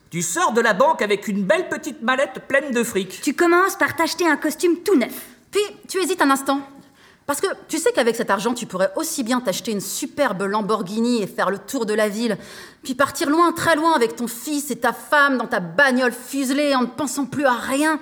F: Tu sors de la banque avec une belle petite mallette pleine de fric.
B: Tu commences par t'acheter un costume tout neuf.
C: Puis tu hésites un instant. Parce que tu sais qu'avec cet argent, tu pourrais aussi bien t'acheter une superbe Lamborghini et faire le tour de la ville, puis partir loin, très loin avec ton fils et ta femme dans ta bagnole fuselée en ne pensant plus à rien.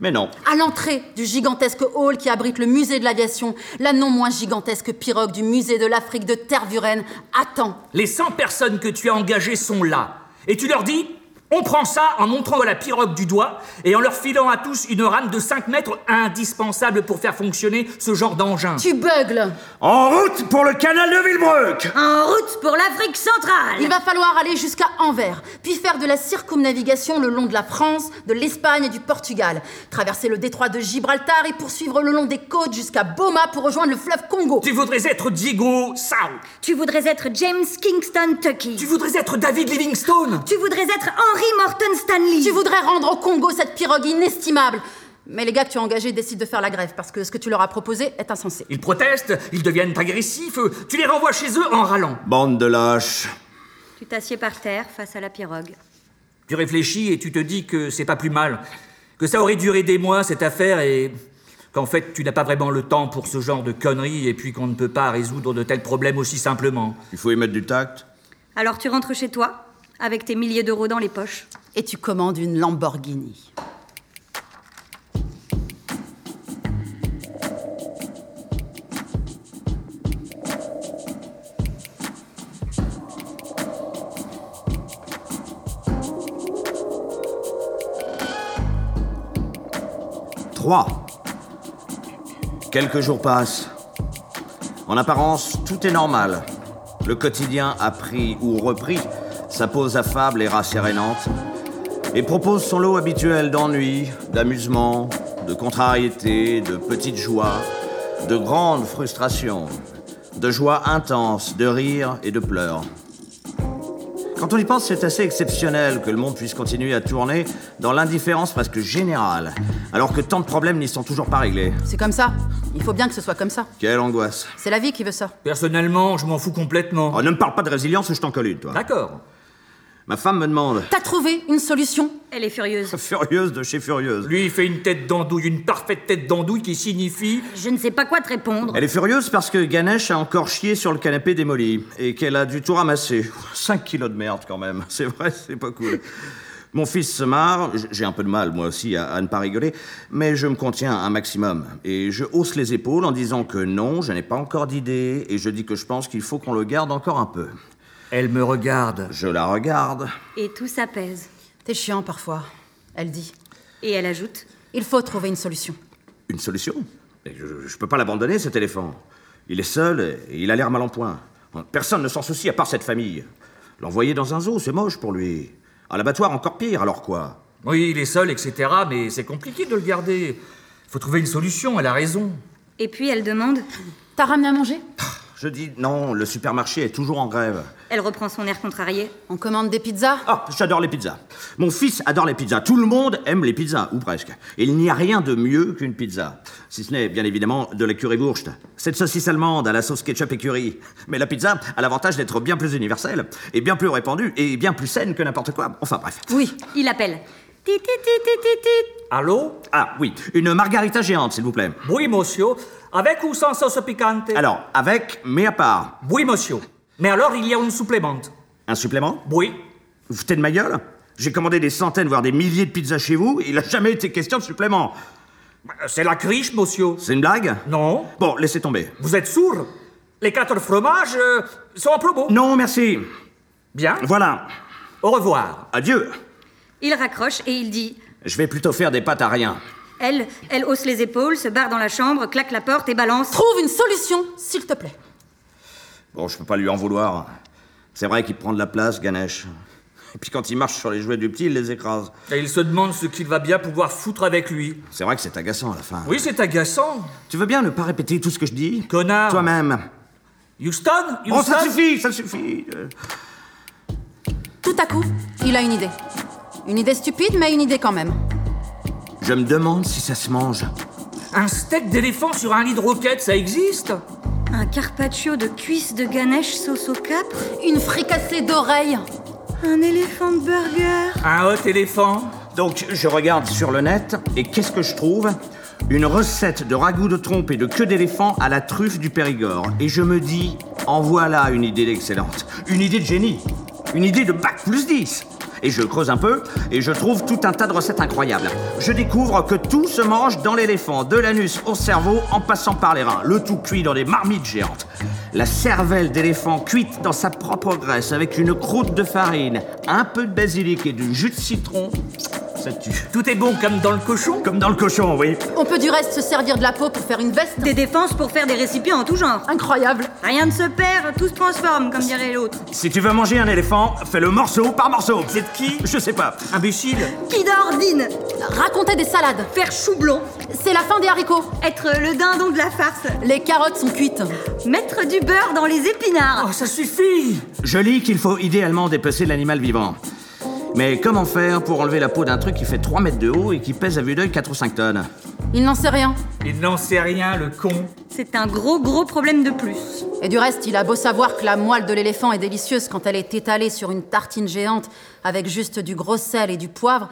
E: Mais non.
C: À l'entrée du gigantesque hall qui abrite le musée de l'aviation, la non moins gigantesque pirogue du musée de l'Afrique de Tervuren attend.
F: Les 100 personnes que tu as engagées sont là. Et tu leur dis On prend ça en montrant la pirogue du doigt et en leur filant à tous une rame de 5 mètres indispensable pour faire fonctionner ce genre d'engin.
C: Tu bugles.
E: En route pour le canal de Villebroek
B: En route pour l'Afrique centrale
C: Il va falloir aller jusqu'à Anvers, puis faire de la circumnavigation le long de la France, de l'Espagne et du Portugal, traverser le détroit de Gibraltar et poursuivre le long des côtes jusqu'à Boma pour rejoindre le fleuve Congo.
F: Tu voudrais être Diego Sao.
B: Tu voudrais être James Kingston Tucky.
F: Tu
B: Tu,
F: voudrais être David Livingstone.
B: voudrais être Henry Morton Stanley.
C: Tu voudrais rendre au Congo cette pirogue inestimable. Mais les gars que tu as engagés décident de faire la grève parce que ce que tu leur as proposé est insensé.
F: Ils protestent, ils deviennent agressifs, euh, tu les renvoies chez eux en râlant.
E: Bande de lâches.
B: Tu t'assieds par terre face à la pirogue.
F: Tu réfléchis et tu te dis que c'est pas plus mal, que ça aurait duré des mois cette affaire et qu'en fait tu n'as pas vraiment le temps pour ce genre de conneries et puis qu'on ne peut pas résoudre de tels problèmes aussi simplement.
E: Il faut y mettre du tact.
B: Alors tu rentres chez toi, avec tes milliers d'euros dans les poches.
C: Et tu commandes une Lamborghini.
E: Trois. Quelques jours passent. En apparence, tout est normal. Le quotidien a pris ou repris sa pose affable et rassérénante et propose son lot habituel d'ennuis, d'amusements, de contrariétés, de petites joies, de grandes frustrations, de joies intenses, de rires et de pleurs. Quand on y pense, c'est assez exceptionnel que le monde puisse continuer à tourner dans l'indifférence presque générale, alors que tant de problèmes n'y sont toujours pas réglés.
C: C'est comme ça. Il faut bien que ce soit comme ça.
E: Quelle angoisse.
C: C'est la vie qui veut ça.
F: Personnellement, je m'en fous complètement.
E: Oh, ne me parle pas de résilience ou je t'en colle une, toi.
F: D'accord.
E: Ma femme me demande.
C: T'as trouvé une solution
B: Elle est furieuse.
E: Furieuse de chez Furieuse.
F: Lui, il fait une tête d'andouille, une parfaite tête d'andouille qui signifie
B: Je ne sais pas quoi te répondre.
E: Elle est furieuse parce que Ganesh a encore chié sur le canapé démoli et qu'elle a du tout ramassé. 5 kilos de merde quand même, c'est vrai, c'est pas cool. Mon fils se marre, j- j'ai un peu de mal moi aussi à, à ne pas rigoler, mais je me contiens un maximum. Et je hausse les épaules en disant que non, je n'ai pas encore d'idée, et je dis que je pense qu'il faut qu'on le garde encore un peu.
F: Elle me regarde.
E: Je la regarde.
B: Et tout s'apaise.
C: T'es chiant parfois, elle dit.
B: Et elle ajoute
C: Il faut trouver une solution.
E: Une solution Mais Je ne peux pas l'abandonner, cet éléphant. Il est seul et il a l'air mal en point. Personne ne s'en soucie à part cette famille. L'envoyer dans un zoo, c'est moche pour lui. À l'abattoir, encore pire, alors quoi
F: Oui, il est seul, etc., mais c'est compliqué de le garder. Faut trouver une solution, elle a raison.
B: Et puis elle demande
C: T'as ramené à manger
E: Je dis non, le supermarché est toujours en grève.
B: Elle reprend son air contrarié.
C: On commande des pizzas
E: Ah, j'adore les pizzas. Mon fils adore les pizzas. Tout le monde aime les pizzas, ou presque. Il n'y a rien de mieux qu'une pizza. Si ce n'est, bien évidemment, de la currywurst. Cette saucisse allemande à la sauce ketchup et curry. Mais la pizza a l'avantage d'être bien plus universelle, et bien plus répandue, et bien plus saine que n'importe quoi. Enfin bref.
C: Oui.
B: Il appelle. Tit, tit, tit, tit, tit, tit.
F: Allô
E: Ah oui, une margarita géante, s'il vous plaît.
F: Oui, monsieur. Avec ou sans sauce piquante
E: Alors, avec, mais à part,
F: Oui, monsieur. Mais alors, il y a une supplémente.
E: un supplément
F: Oui.
E: Vous foutez de ma gueule J'ai commandé des centaines, voire des milliers de pizzas chez vous, et il n'a jamais été question de supplément.
F: C'est la criche, monsieur.
E: C'est une blague
F: Non.
E: Bon, laissez tomber.
F: Vous êtes sourd Les quatre fromages euh, sont un peu beaux.
E: Non, merci.
F: Bien.
E: Voilà.
F: Au revoir.
E: Adieu.
B: Il raccroche et il dit
E: Je vais plutôt faire des pâtes à rien.
B: Elle, elle hausse les épaules, se barre dans la chambre, claque la porte et balance.
C: Trouve une solution, s'il te plaît.
E: Bon, je peux pas lui en vouloir. C'est vrai qu'il prend de la place, Ganesh. Et puis quand il marche sur les jouets du petit, il les écrase.
F: Et il se demande ce qu'il va bien pouvoir foutre avec lui.
E: C'est vrai que c'est agaçant à la fin.
F: Oui, c'est agaçant.
E: Tu veux bien ne pas répéter tout ce que je dis
F: Connard.
E: Toi-même.
F: Houston
E: Bon, ça
F: Houston
E: suffit, ça suffit. Euh,
C: Tout à coup, il a une idée. Une idée stupide, mais une idée quand même.
E: Je me demande si ça se mange.
F: Un steak d'éléphant sur un lit de roquette, ça existe
B: Un carpaccio de cuisses de ganache sauce au capre
C: Une fricassée d'oreilles.
B: Un éléphant de burger
F: Un hot éléphant
E: Donc, je regarde sur le net et qu'est-ce que je trouve Une recette de ragoût de trompe et de queue d'éléphant à la truffe du Périgord. Et je me dis, en voilà une idée excellente. Une idée de génie. Une idée de bac plus 10. Et je creuse un peu et je trouve tout un tas de recettes incroyables. Je découvre que tout se mange dans l'éléphant, de l'anus au cerveau en passant par les reins. Le tout cuit dans des marmites géantes. La cervelle d'éléphant cuite dans sa propre graisse avec une croûte de farine, un peu de basilic et du jus de citron. Ça tue.
F: Tout est bon comme dans le cochon
E: Comme dans le cochon, oui.
C: On peut du reste se servir de la peau pour faire une veste.
B: Des défenses pour faire des récipients en tout genre.
C: Incroyable.
B: Rien ne se perd, tout se transforme, comme dirait l'autre.
E: Si tu veux manger un éléphant, fais-le morceau par morceau. C'est de qui Je sais pas.
F: Imbécile
B: Qui d'ordine
C: Raconter des salades.
B: Faire chou blond,
C: C'est la fin des haricots.
B: être le dindon de la farce,
C: Les carottes sont cuites.
B: mettre du beurre dans les épinards.
F: Oh, ça suffit
E: Je lis qu'il faut idéalement dépecer l'animal vivant. Mais comment faire pour enlever la peau d'un truc qui fait 3 mètres de haut et qui pèse à vue d'œil 4 ou 5 tonnes
C: Il n'en sait rien.
F: Il n'en sait rien, le con.
B: C'est un gros gros problème de plus.
C: Et du reste, il a beau savoir que la moelle de l'éléphant est délicieuse quand elle est étalée sur une tartine géante avec juste du gros sel et du poivre,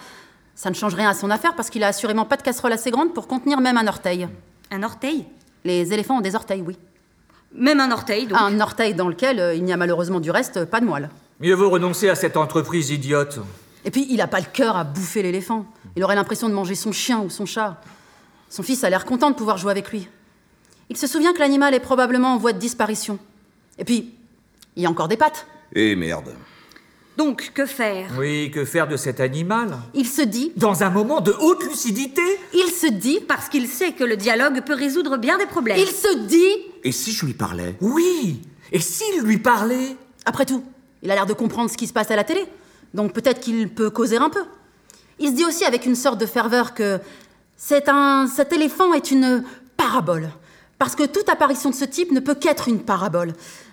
C: ça ne change rien à son affaire parce qu'il a assurément pas de casserole assez grande pour contenir même un orteil.
B: Un orteil
C: Les éléphants ont des orteils, oui.
B: Même un orteil, donc.
C: Un orteil dans lequel euh, il n'y a malheureusement du reste euh, pas de moelle.
F: Mieux vaut renoncer à cette entreprise idiote.
C: Et puis, il n'a pas le cœur à bouffer l'éléphant. Il aurait l'impression de manger son chien ou son chat. Son fils a l'air content de pouvoir jouer avec lui. Il se souvient que l'animal est probablement en voie de disparition. Et puis, il y a encore des pattes.
E: Eh merde.
B: Donc, que faire
F: Oui, que faire de cet animal
C: Il se dit,
F: Dans un moment de haute lucidité
C: il se dit,
B: Parce qu'il sait que le dialogue peut résoudre bien des problèmes.
C: il se dit.
E: Et si je lui parlais
F: Oui Et s'il lui parlait
C: Après tout, il a l'air de comprendre ce qui se passe à la télé. Donc peut-être qu'il peut causer un peu. Il se dit aussi avec une sorte de ferveur que c'est un, cet éléphant est une parabole. Parce que toute apparition de ce type ne peut qu'être une parabole.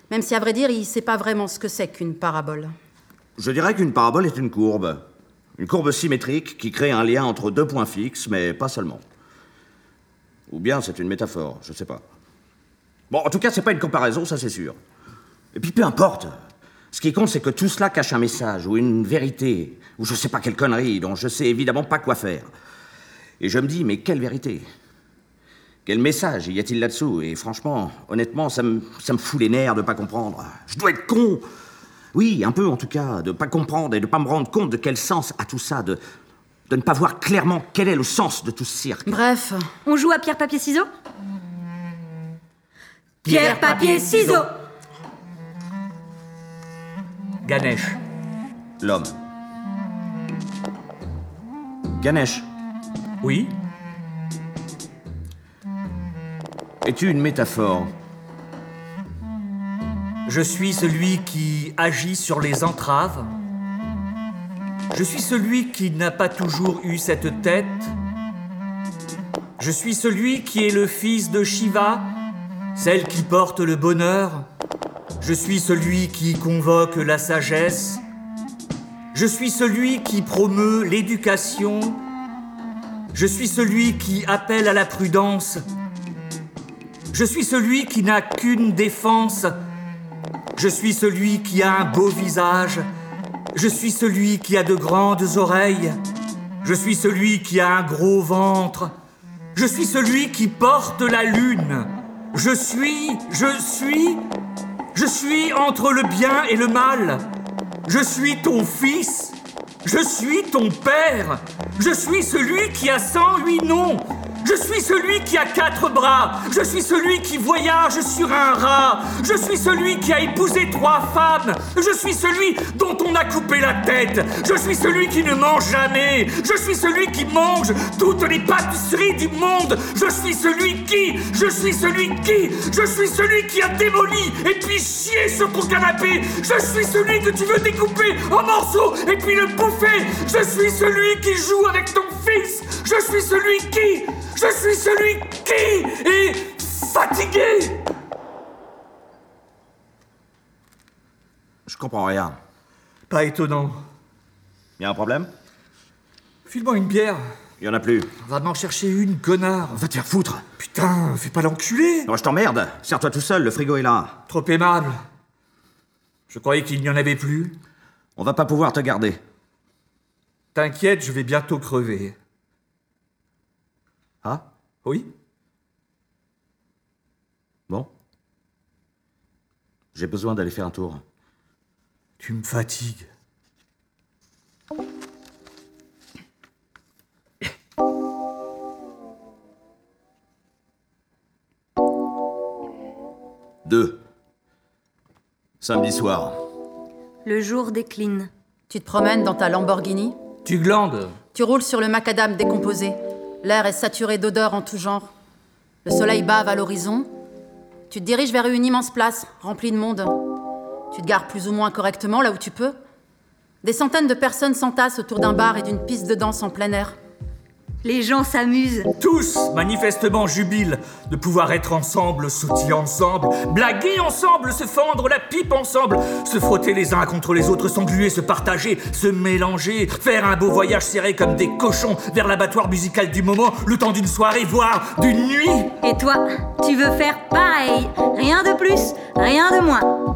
C: Même si, à vrai dire, il ne sait pas vraiment ce que c'est qu'une parabole.
E: Je dirais qu'une parabole est une courbe. Une courbe symétrique qui crée un lien entre deux points fixes, mais pas seulement. Ou bien c'est une métaphore, je sais pas. Bon, en tout cas, c'est pas une comparaison, ça c'est sûr. Et puis peu importe. Ce qui compte, c'est que tout cela cache un message, ou une vérité, ou je sais pas quelle connerie, dont je sais évidemment pas quoi faire. Et je me dis, mais quelle vérité Quel message y a-t-il là-dessous Et franchement, honnêtement, ça me, ça me fout les nerfs de pas comprendre. Je dois être con Oui, un peu en tout cas, de pas comprendre et de pas me rendre compte de quel sens a tout ça, de, de ne pas voir clairement quel est le sens de tout ce cirque.
C: Bref,
B: On joue à pierre, papier, ciseaux Pierre, papier, ciseaux
F: Ganesh,
E: L'homme. Ganesh,
F: oui
E: es-tu une métaphore
F: Je suis celui qui agit sur les entraves. Je suis celui qui n'a pas toujours eu cette tête. Je suis celui qui est le fils de Shiva, celle qui porte le bonheur. Je suis celui qui convoque la sagesse. Je suis celui qui promeut l'éducation. Je suis celui qui appelle à la prudence. Je suis celui qui n'a qu'une défense. Je suis celui qui a un beau visage. Je suis celui qui a de grandes oreilles. Je suis celui qui a un gros ventre. Je suis celui qui porte la lune. Je suis, je suis, je suis entre le bien et le mal. Je suis ton fils. Je suis ton père. Je suis celui qui a 108 noms. Je suis celui qui a quatre bras. Je suis celui qui voyage sur un rat. Je suis celui qui a épousé trois femmes. Je suis celui dont on a coupé la tête. Je suis celui qui ne mange jamais. Je suis celui qui mange toutes les pâtisseries du monde. Je suis celui qui. Je suis celui qui. Je suis celui qui a démoli et puis chié sur ton canapé. Je suis celui que tu veux découper en morceaux et puis le bouffer. Je suis celui qui joue avec ton fils. Je suis celui qui. Je suis celui qui est fatigué.
E: Je comprends rien.
F: Pas étonnant.
E: Y a un problème
F: File-moi une bière.
E: Y en a plus.
F: Va m'en chercher une, connard.
E: Va te faire foutre
F: Putain, fais pas l'enculé.
E: Non, je t'emmerde Serre-toi tout seul, le frigo est là.
F: Trop aimable. Je croyais qu'il n'y en avait plus.
E: On va pas pouvoir te garder.
F: T'inquiète, je vais bientôt crever.
E: Ah
F: Oui
E: Bon. J'ai besoin d'aller faire un tour.
F: Tu me fatigues.
E: Deux. Samedi soir.
B: Le jour décline.
C: tu te promènes dans ta Lamborghini,
F: Tu glandes.
C: tu roules sur le macadam décomposé. L'air est saturé d'odeurs en tout genre. Le soleil bave à l'horizon. Tu te diriges vers une immense place remplie de monde. Tu te gares plus ou moins correctement là où tu peux. Des centaines de personnes s'entassent autour d'un bar et d'une piste de danse en plein air.
B: Les gens s'amusent.
F: Tous, manifestement jubiles, de pouvoir être ensemble, sautiller ensemble, blaguer ensemble, se fendre la pipe ensemble, se frotter les uns contre les autres, s'engluer, se partager, se mélanger, faire un beau voyage serré comme des cochons vers l'abattoir musical du moment, le temps d'une soirée, voire d'une nuit.
B: Et toi, tu veux faire pareil. Rien de plus, rien de moins.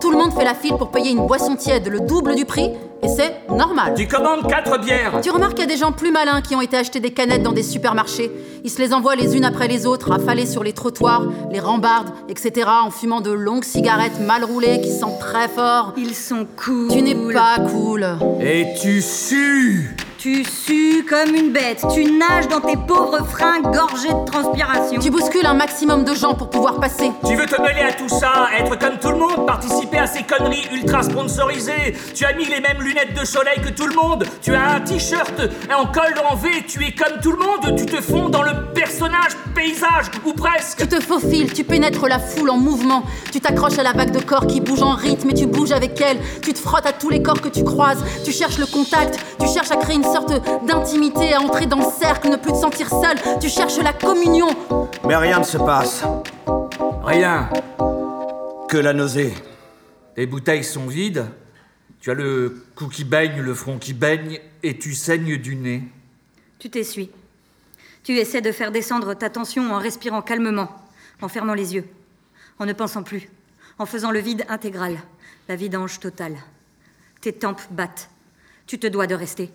C: Tout le monde fait la file pour payer une boisson tiède, le double du prix, et c'est normal.
F: Tu commandes quatre bières.
C: Tu remarques qu'il y a des gens plus malins qui ont été acheter des canettes dans des supermarchés. Ils se les envoient les unes après les autres, affalés sur les trottoirs, les rambardes, etc., en fumant de longues cigarettes mal roulées qui sentent très fort.
B: Ils sont cool.
C: Tu n'es pas cool.
F: Et tu sues.
B: Tu sues comme une bête. Tu nages dans tes pauvres freins gorgés de transpiration.
C: Tu bouscules un maximum de gens pour pouvoir passer.
F: Tu veux te mêler à tout ça, être comme tout le monde, participer à ces conneries ultra sponsorisées. Tu as mis les mêmes lunettes de soleil que tout le monde. Tu as un t-shirt en col en V. Tu es comme tout le monde. Tu te fonds dans le personnage, paysage, ou presque.
C: Tu te faufiles, tu pénètres la foule en mouvement, tu t'accroches à la vague de corps qui bouge en rythme et tu bouges avec elle, tu te frottes à tous les corps que tu croises, tu cherches le contact, tu cherches à créer une sorte d'intimité, à entrer dans le cercle, ne plus te sentir seul, tu cherches la communion.
E: Mais rien ne se passe.
F: Rien.
E: Que la nausée.
F: Les bouteilles sont vides. Tu as le cou qui baigne, le front qui baigne, et tu saignes du nez.
B: Tu t'essuies. Tu essaies de faire descendre ta tension en respirant calmement, en fermant les yeux, en ne pensant plus, en faisant le vide intégral. La vidange totale. Tes tempes battent. Tu te dois de rester.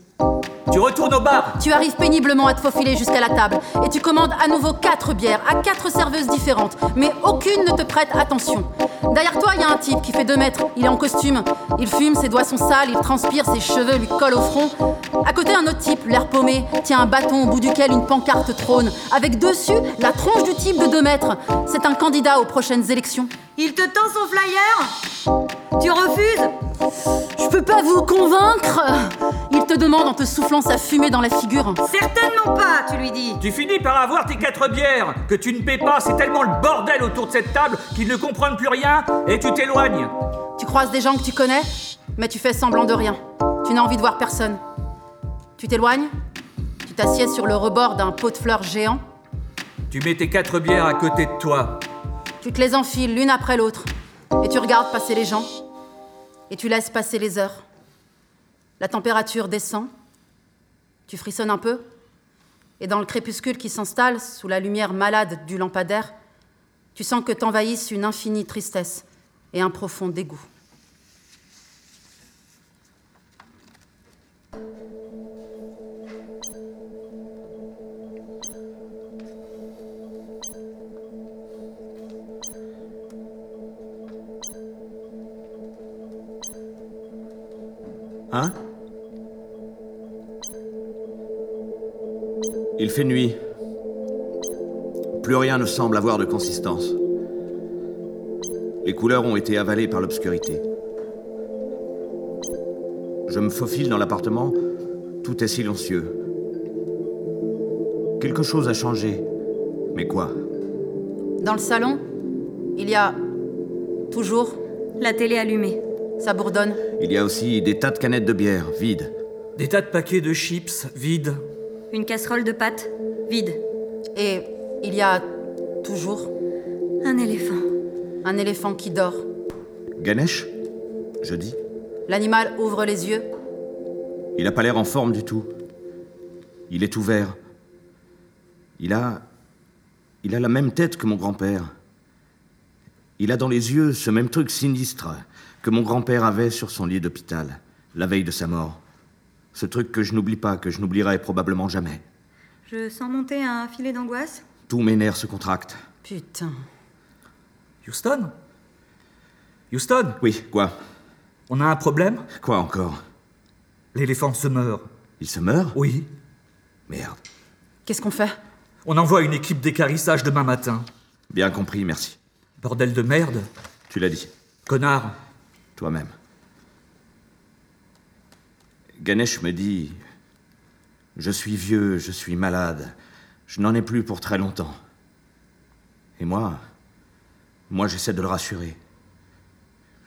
D: Tu retournes au bar
C: Tu arrives péniblement à te faufiler jusqu'à la table et tu commandes à nouveau quatre bières à quatre serveuses différentes, mais aucune ne te prête attention. Derrière toi, il y a un type qui fait deux mètres, il est en costume, il fume, ses doigts sont sales, il transpire, ses cheveux lui collent au front. À côté, un autre type, l'air paumé, tient un bâton au bout duquel une pancarte trône, avec dessus la tronche du type de deux mètres. C'est un candidat aux prochaines élections.
B: Il te tend son flyer Tu refuses
C: Je peux pas vous convaincre Il te demande en te soufflant sa fumée dans la figure.
B: Certainement pas, tu lui dis.
F: Tu finis par avoir tes quatre bières que tu ne paies pas, c'est tellement le bordel autour de cette table qu'ils ne comprennent plus rien et tu t'éloignes.
C: Tu croises des gens que tu connais, mais tu fais semblant de rien. Tu n'as envie de voir personne. Tu t'éloignes, tu t'assieds sur le rebord d'un pot de fleurs géant,
D: Tu mets tes quatre bières à côté de toi.
C: tu te les enfiles l'une après l'autre, et tu regardes passer les gens, et tu laisses passer les heures. La température descend, tu frissonnes un peu, et dans le crépuscule qui s'installe sous la lumière malade du lampadaire, tu sens que t'envahissent une infinie tristesse et un profond dégoût.
E: Hein Il fait nuit. Plus rien ne semble avoir de consistance. Les couleurs ont été avalées par l'obscurité. Je me faufile dans l'appartement. Tout est silencieux. Quelque chose a changé. Mais quoi
C: Dans le salon, il y a toujours,
B: La télé allumée.
C: ça bourdonne,
E: Il y a aussi des tas de canettes de bière, vides.
D: Des tas de paquets de chips vides.
B: Une casserole de pâtes, vide.
C: et il y a toujours
B: Un éléphant.
C: un éléphant qui dort.
E: Ganesh Je dis.
C: L'animal ouvre les yeux,
E: Il n'a pas l'air en forme du tout. Il est ouvert. Il a. Il a la même tête que mon grand-père. Il a dans les yeux ce même truc sinistre que mon grand-père avait sur son lit d'hôpital, la veille de sa mort. Ce truc que je n'oublie pas, que je n'oublierai probablement jamais.
B: Je sens monter un filet d'angoisse.
E: Tous mes nerfs se contractent.
C: putain,
F: Houston Houston,
E: Oui, quoi
F: on a un problème
E: Quoi encore
F: L'éléphant se meurt.
E: Il se meurt
F: Oui.
E: Merde.
C: qu'est-ce qu'on fait
F: On envoie une équipe d'écarissage demain matin.
E: Bien compris, merci.
F: Bordel de merde.
E: Tu l'as dit.
F: Connard.
E: toi-même. Ganesh me dit Je suis vieux, je suis malade, je n'en ai plus pour très longtemps. Et moi, moi j'essaie de le rassurer.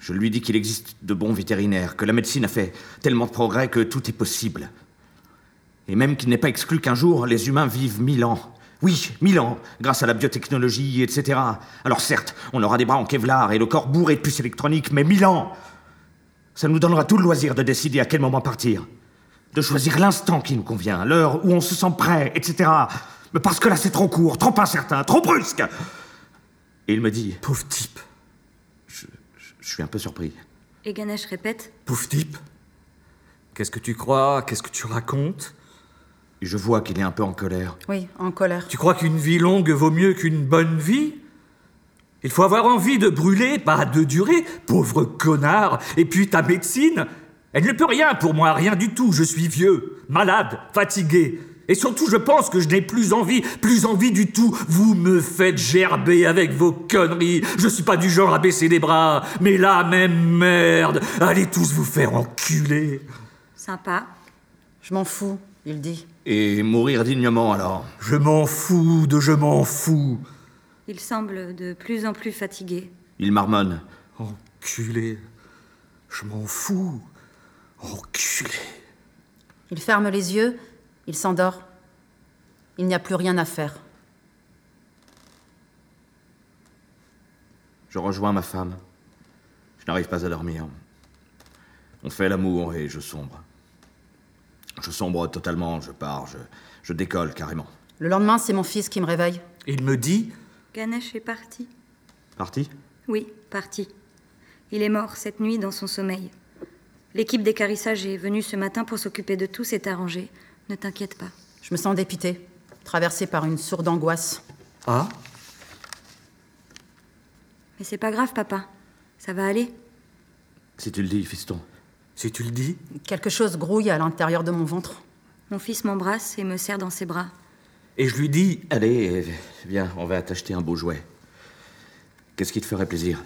E: Je lui dis qu'il existe de bons vétérinaires, que la médecine a fait tellement de progrès que tout est possible. Et même qu'il n'est pas exclu qu'un jour les humains vivent mille ans. Oui, mille ans, grâce à la biotechnologie, etc. Alors certes, on aura des bras en Kevlar et le corps bourré de puces électroniques, mais mille ans Ça nous donnera tout le loisir de décider à quel moment partir. De choisir l'instant qui nous convient, l'heure où on se sent prêt, etc. Mais parce que là c'est trop court, trop incertain, trop brusque Et il me dit,
F: Pauvre type.
E: je je suis un peu surpris.
B: Et Ganesh répète
F: Pauvre type. Qu'est-ce que tu crois Qu'est-ce que tu racontes
E: Et je vois qu'il est un peu en colère.
C: Oui, en colère.
F: Tu crois qu'une vie longue vaut mieux qu'une bonne vie Il faut avoir envie de brûler, pas de durer, pauvre connard. Et puis ta médecine, elle ne peut rien pour moi, rien du tout. Je suis vieux, malade, fatigué. Et surtout, je pense que je n'ai plus envie, plus envie du tout. Vous me faites gerber avec vos conneries. Je suis pas du genre à baisser les bras. Mais là, même merde. Allez tous vous faire enculer.
B: Sympa.
C: Je m'en fous, il dit.
E: Et mourir dignement alors
F: Je m'en fous de je m'en fous.
B: Il semble de plus en plus fatigué.
E: Il marmonne.
F: Enculé. Je m'en fous. Enculé.
C: Il ferme les yeux, il s'endort. Il n'y a plus rien à faire.
E: Je rejoins ma femme. Je n'arrive pas à dormir. On fait l'amour et je sombre. Je sombre totalement, je pars, je, je décolle carrément.
C: Le lendemain, c'est mon fils qui me réveille.
F: Il me dit
B: Ganesh est parti.
E: Parti
B: Oui, parti. Il est mort cette nuit dans son sommeil. L'équipe d'écarissage est venue ce matin pour s'occuper de tout, c'est arrangé. Ne t'inquiète pas.
C: Je me sens dépitée, traversée par une sourde angoisse.
D: Ah
B: Mais c'est pas grave, papa. Ça va aller.
E: Si tu le dis, fiston.
D: Si tu le dis
C: Quelque chose grouille à l'intérieur de mon ventre.
B: Mon fils m'embrasse et me serre dans ses bras.
D: Et je lui dis
E: Allez, euh, viens, on va t'acheter un beau jouet. Qu'est-ce qui te ferait plaisir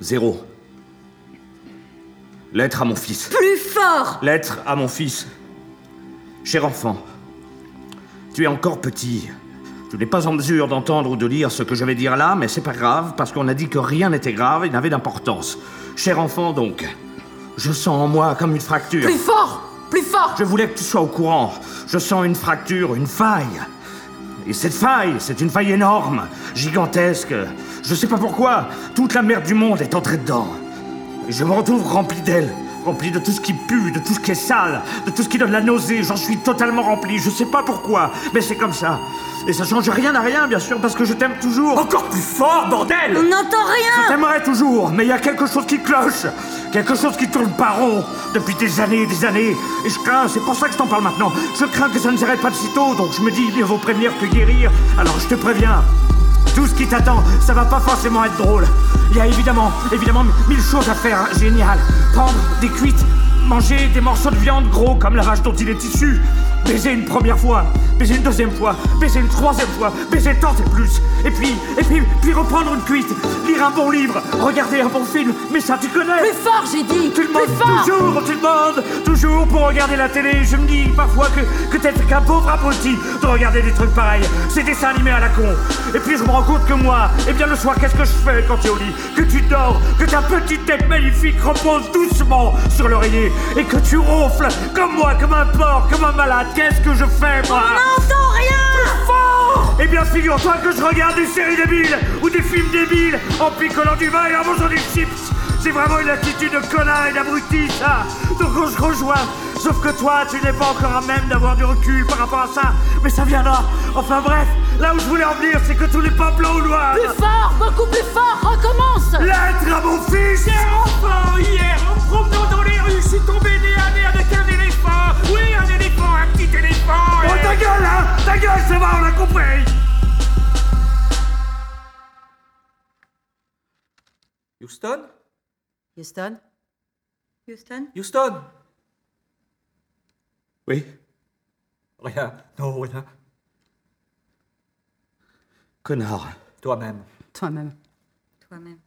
E: Zéro. Lettre à mon fils.
B: Plus fort
E: Lettre à mon fils. Cher enfant, tu es encore petit. Tu n'es pas en mesure d'entendre ou de lire ce que je vais dire là, mais c'est pas grave, parce qu'on a dit que rien n'était grave et n'avait d'importance. Cher enfant, donc, je sens en moi comme une fracture.
C: Plus fort Plus fort
E: Je voulais que tu sois au courant. Je sens une fracture, une faille. Et cette faille, c'est une faille énorme, gigantesque. Je sais pas pourquoi. Toute la merde du monde est entrée dedans. Et je me retrouve rempli d'elle. Rempli de tout ce qui pue, de tout ce qui est sale, de tout ce qui donne la nausée. J'en suis totalement rempli. Je sais pas pourquoi, mais c'est comme ça. Et ça change rien à rien, bien sûr, parce que je t'aime toujours.
D: Encore plus fort,
B: On
D: bordel
B: n'entend
E: Je
B: rien
E: t'aimerais toujours, mais il y a quelque chose qui cloche, quelque chose qui tourne pas rond depuis des années et des années. Et je crains, c'est pour ça que je t'en parle maintenant. Je crains que ça ne s'arrête pas de sitôt, donc je me dis, mieux vaut prévenir que guérir. Alors je te préviens, tout ce qui t'attend, ça va pas forcément être drôle. Il y a évidemment, évidemment, mille choses à faire, hein, génial. Prendre des cuites, manger des morceaux de viande gros comme la vache dont il est issu. Baiser une première fois, baiser une deuxième fois, baiser une troisième fois, baiser tant et plus. Et puis, et puis, puis reprendre une cuite, lire un bon livre, regarder un bon film, mais ça tu connais.
C: Plus fort, j'ai dit
E: Tu
C: Plus
E: le demandes
C: fort
E: toujours, tu le demandes toujours pour regarder la télé. Je me dis parfois que, que t'es qu'un pauvre abruti de regarder des trucs pareils. C'est dessins animés à la con. Et puis je me rends compte que moi, eh bien le soir, qu'est-ce que je fais quand tu es au lit Que tu dors, que ta petite tête magnifique repose doucement sur l'oreiller et que tu ronfles comme moi, comme un porc, comme un malade. Qu'est-ce que je fais, moi
B: On n'entend rien
E: eh bien, figure-toi que je regarde des séries débiles ou des films débiles en picolant du vin et en mangeant des chips. C'est vraiment une attitude de connard et d'abruti, ça. Donc on se rejoint. Sauf que toi, tu n'es pas encore à même d'avoir du recul par rapport à ça. Mais ça viendra. Enfin bref, là où je voulais en venir, c'est que tous les pas blancs ou noirs.
C: Plus fort Beaucoup plus fort Recommence
E: Lettre à mon fils
G: Cher enfant, hier, en me promenant dans les rues, je suis tombé nez à nez avec un éléphant. Oui, un éléphant, un petit éléphant.
E: Oh, ta gueule, hein Ta gueule, ça va, on l'a compris
D: Houston
C: Houston
B: Houston
D: Houston
E: Oui,
D: Rien. Non, rien.
E: connard.
D: Toi-même.
C: Toi-même.
B: Toi-même.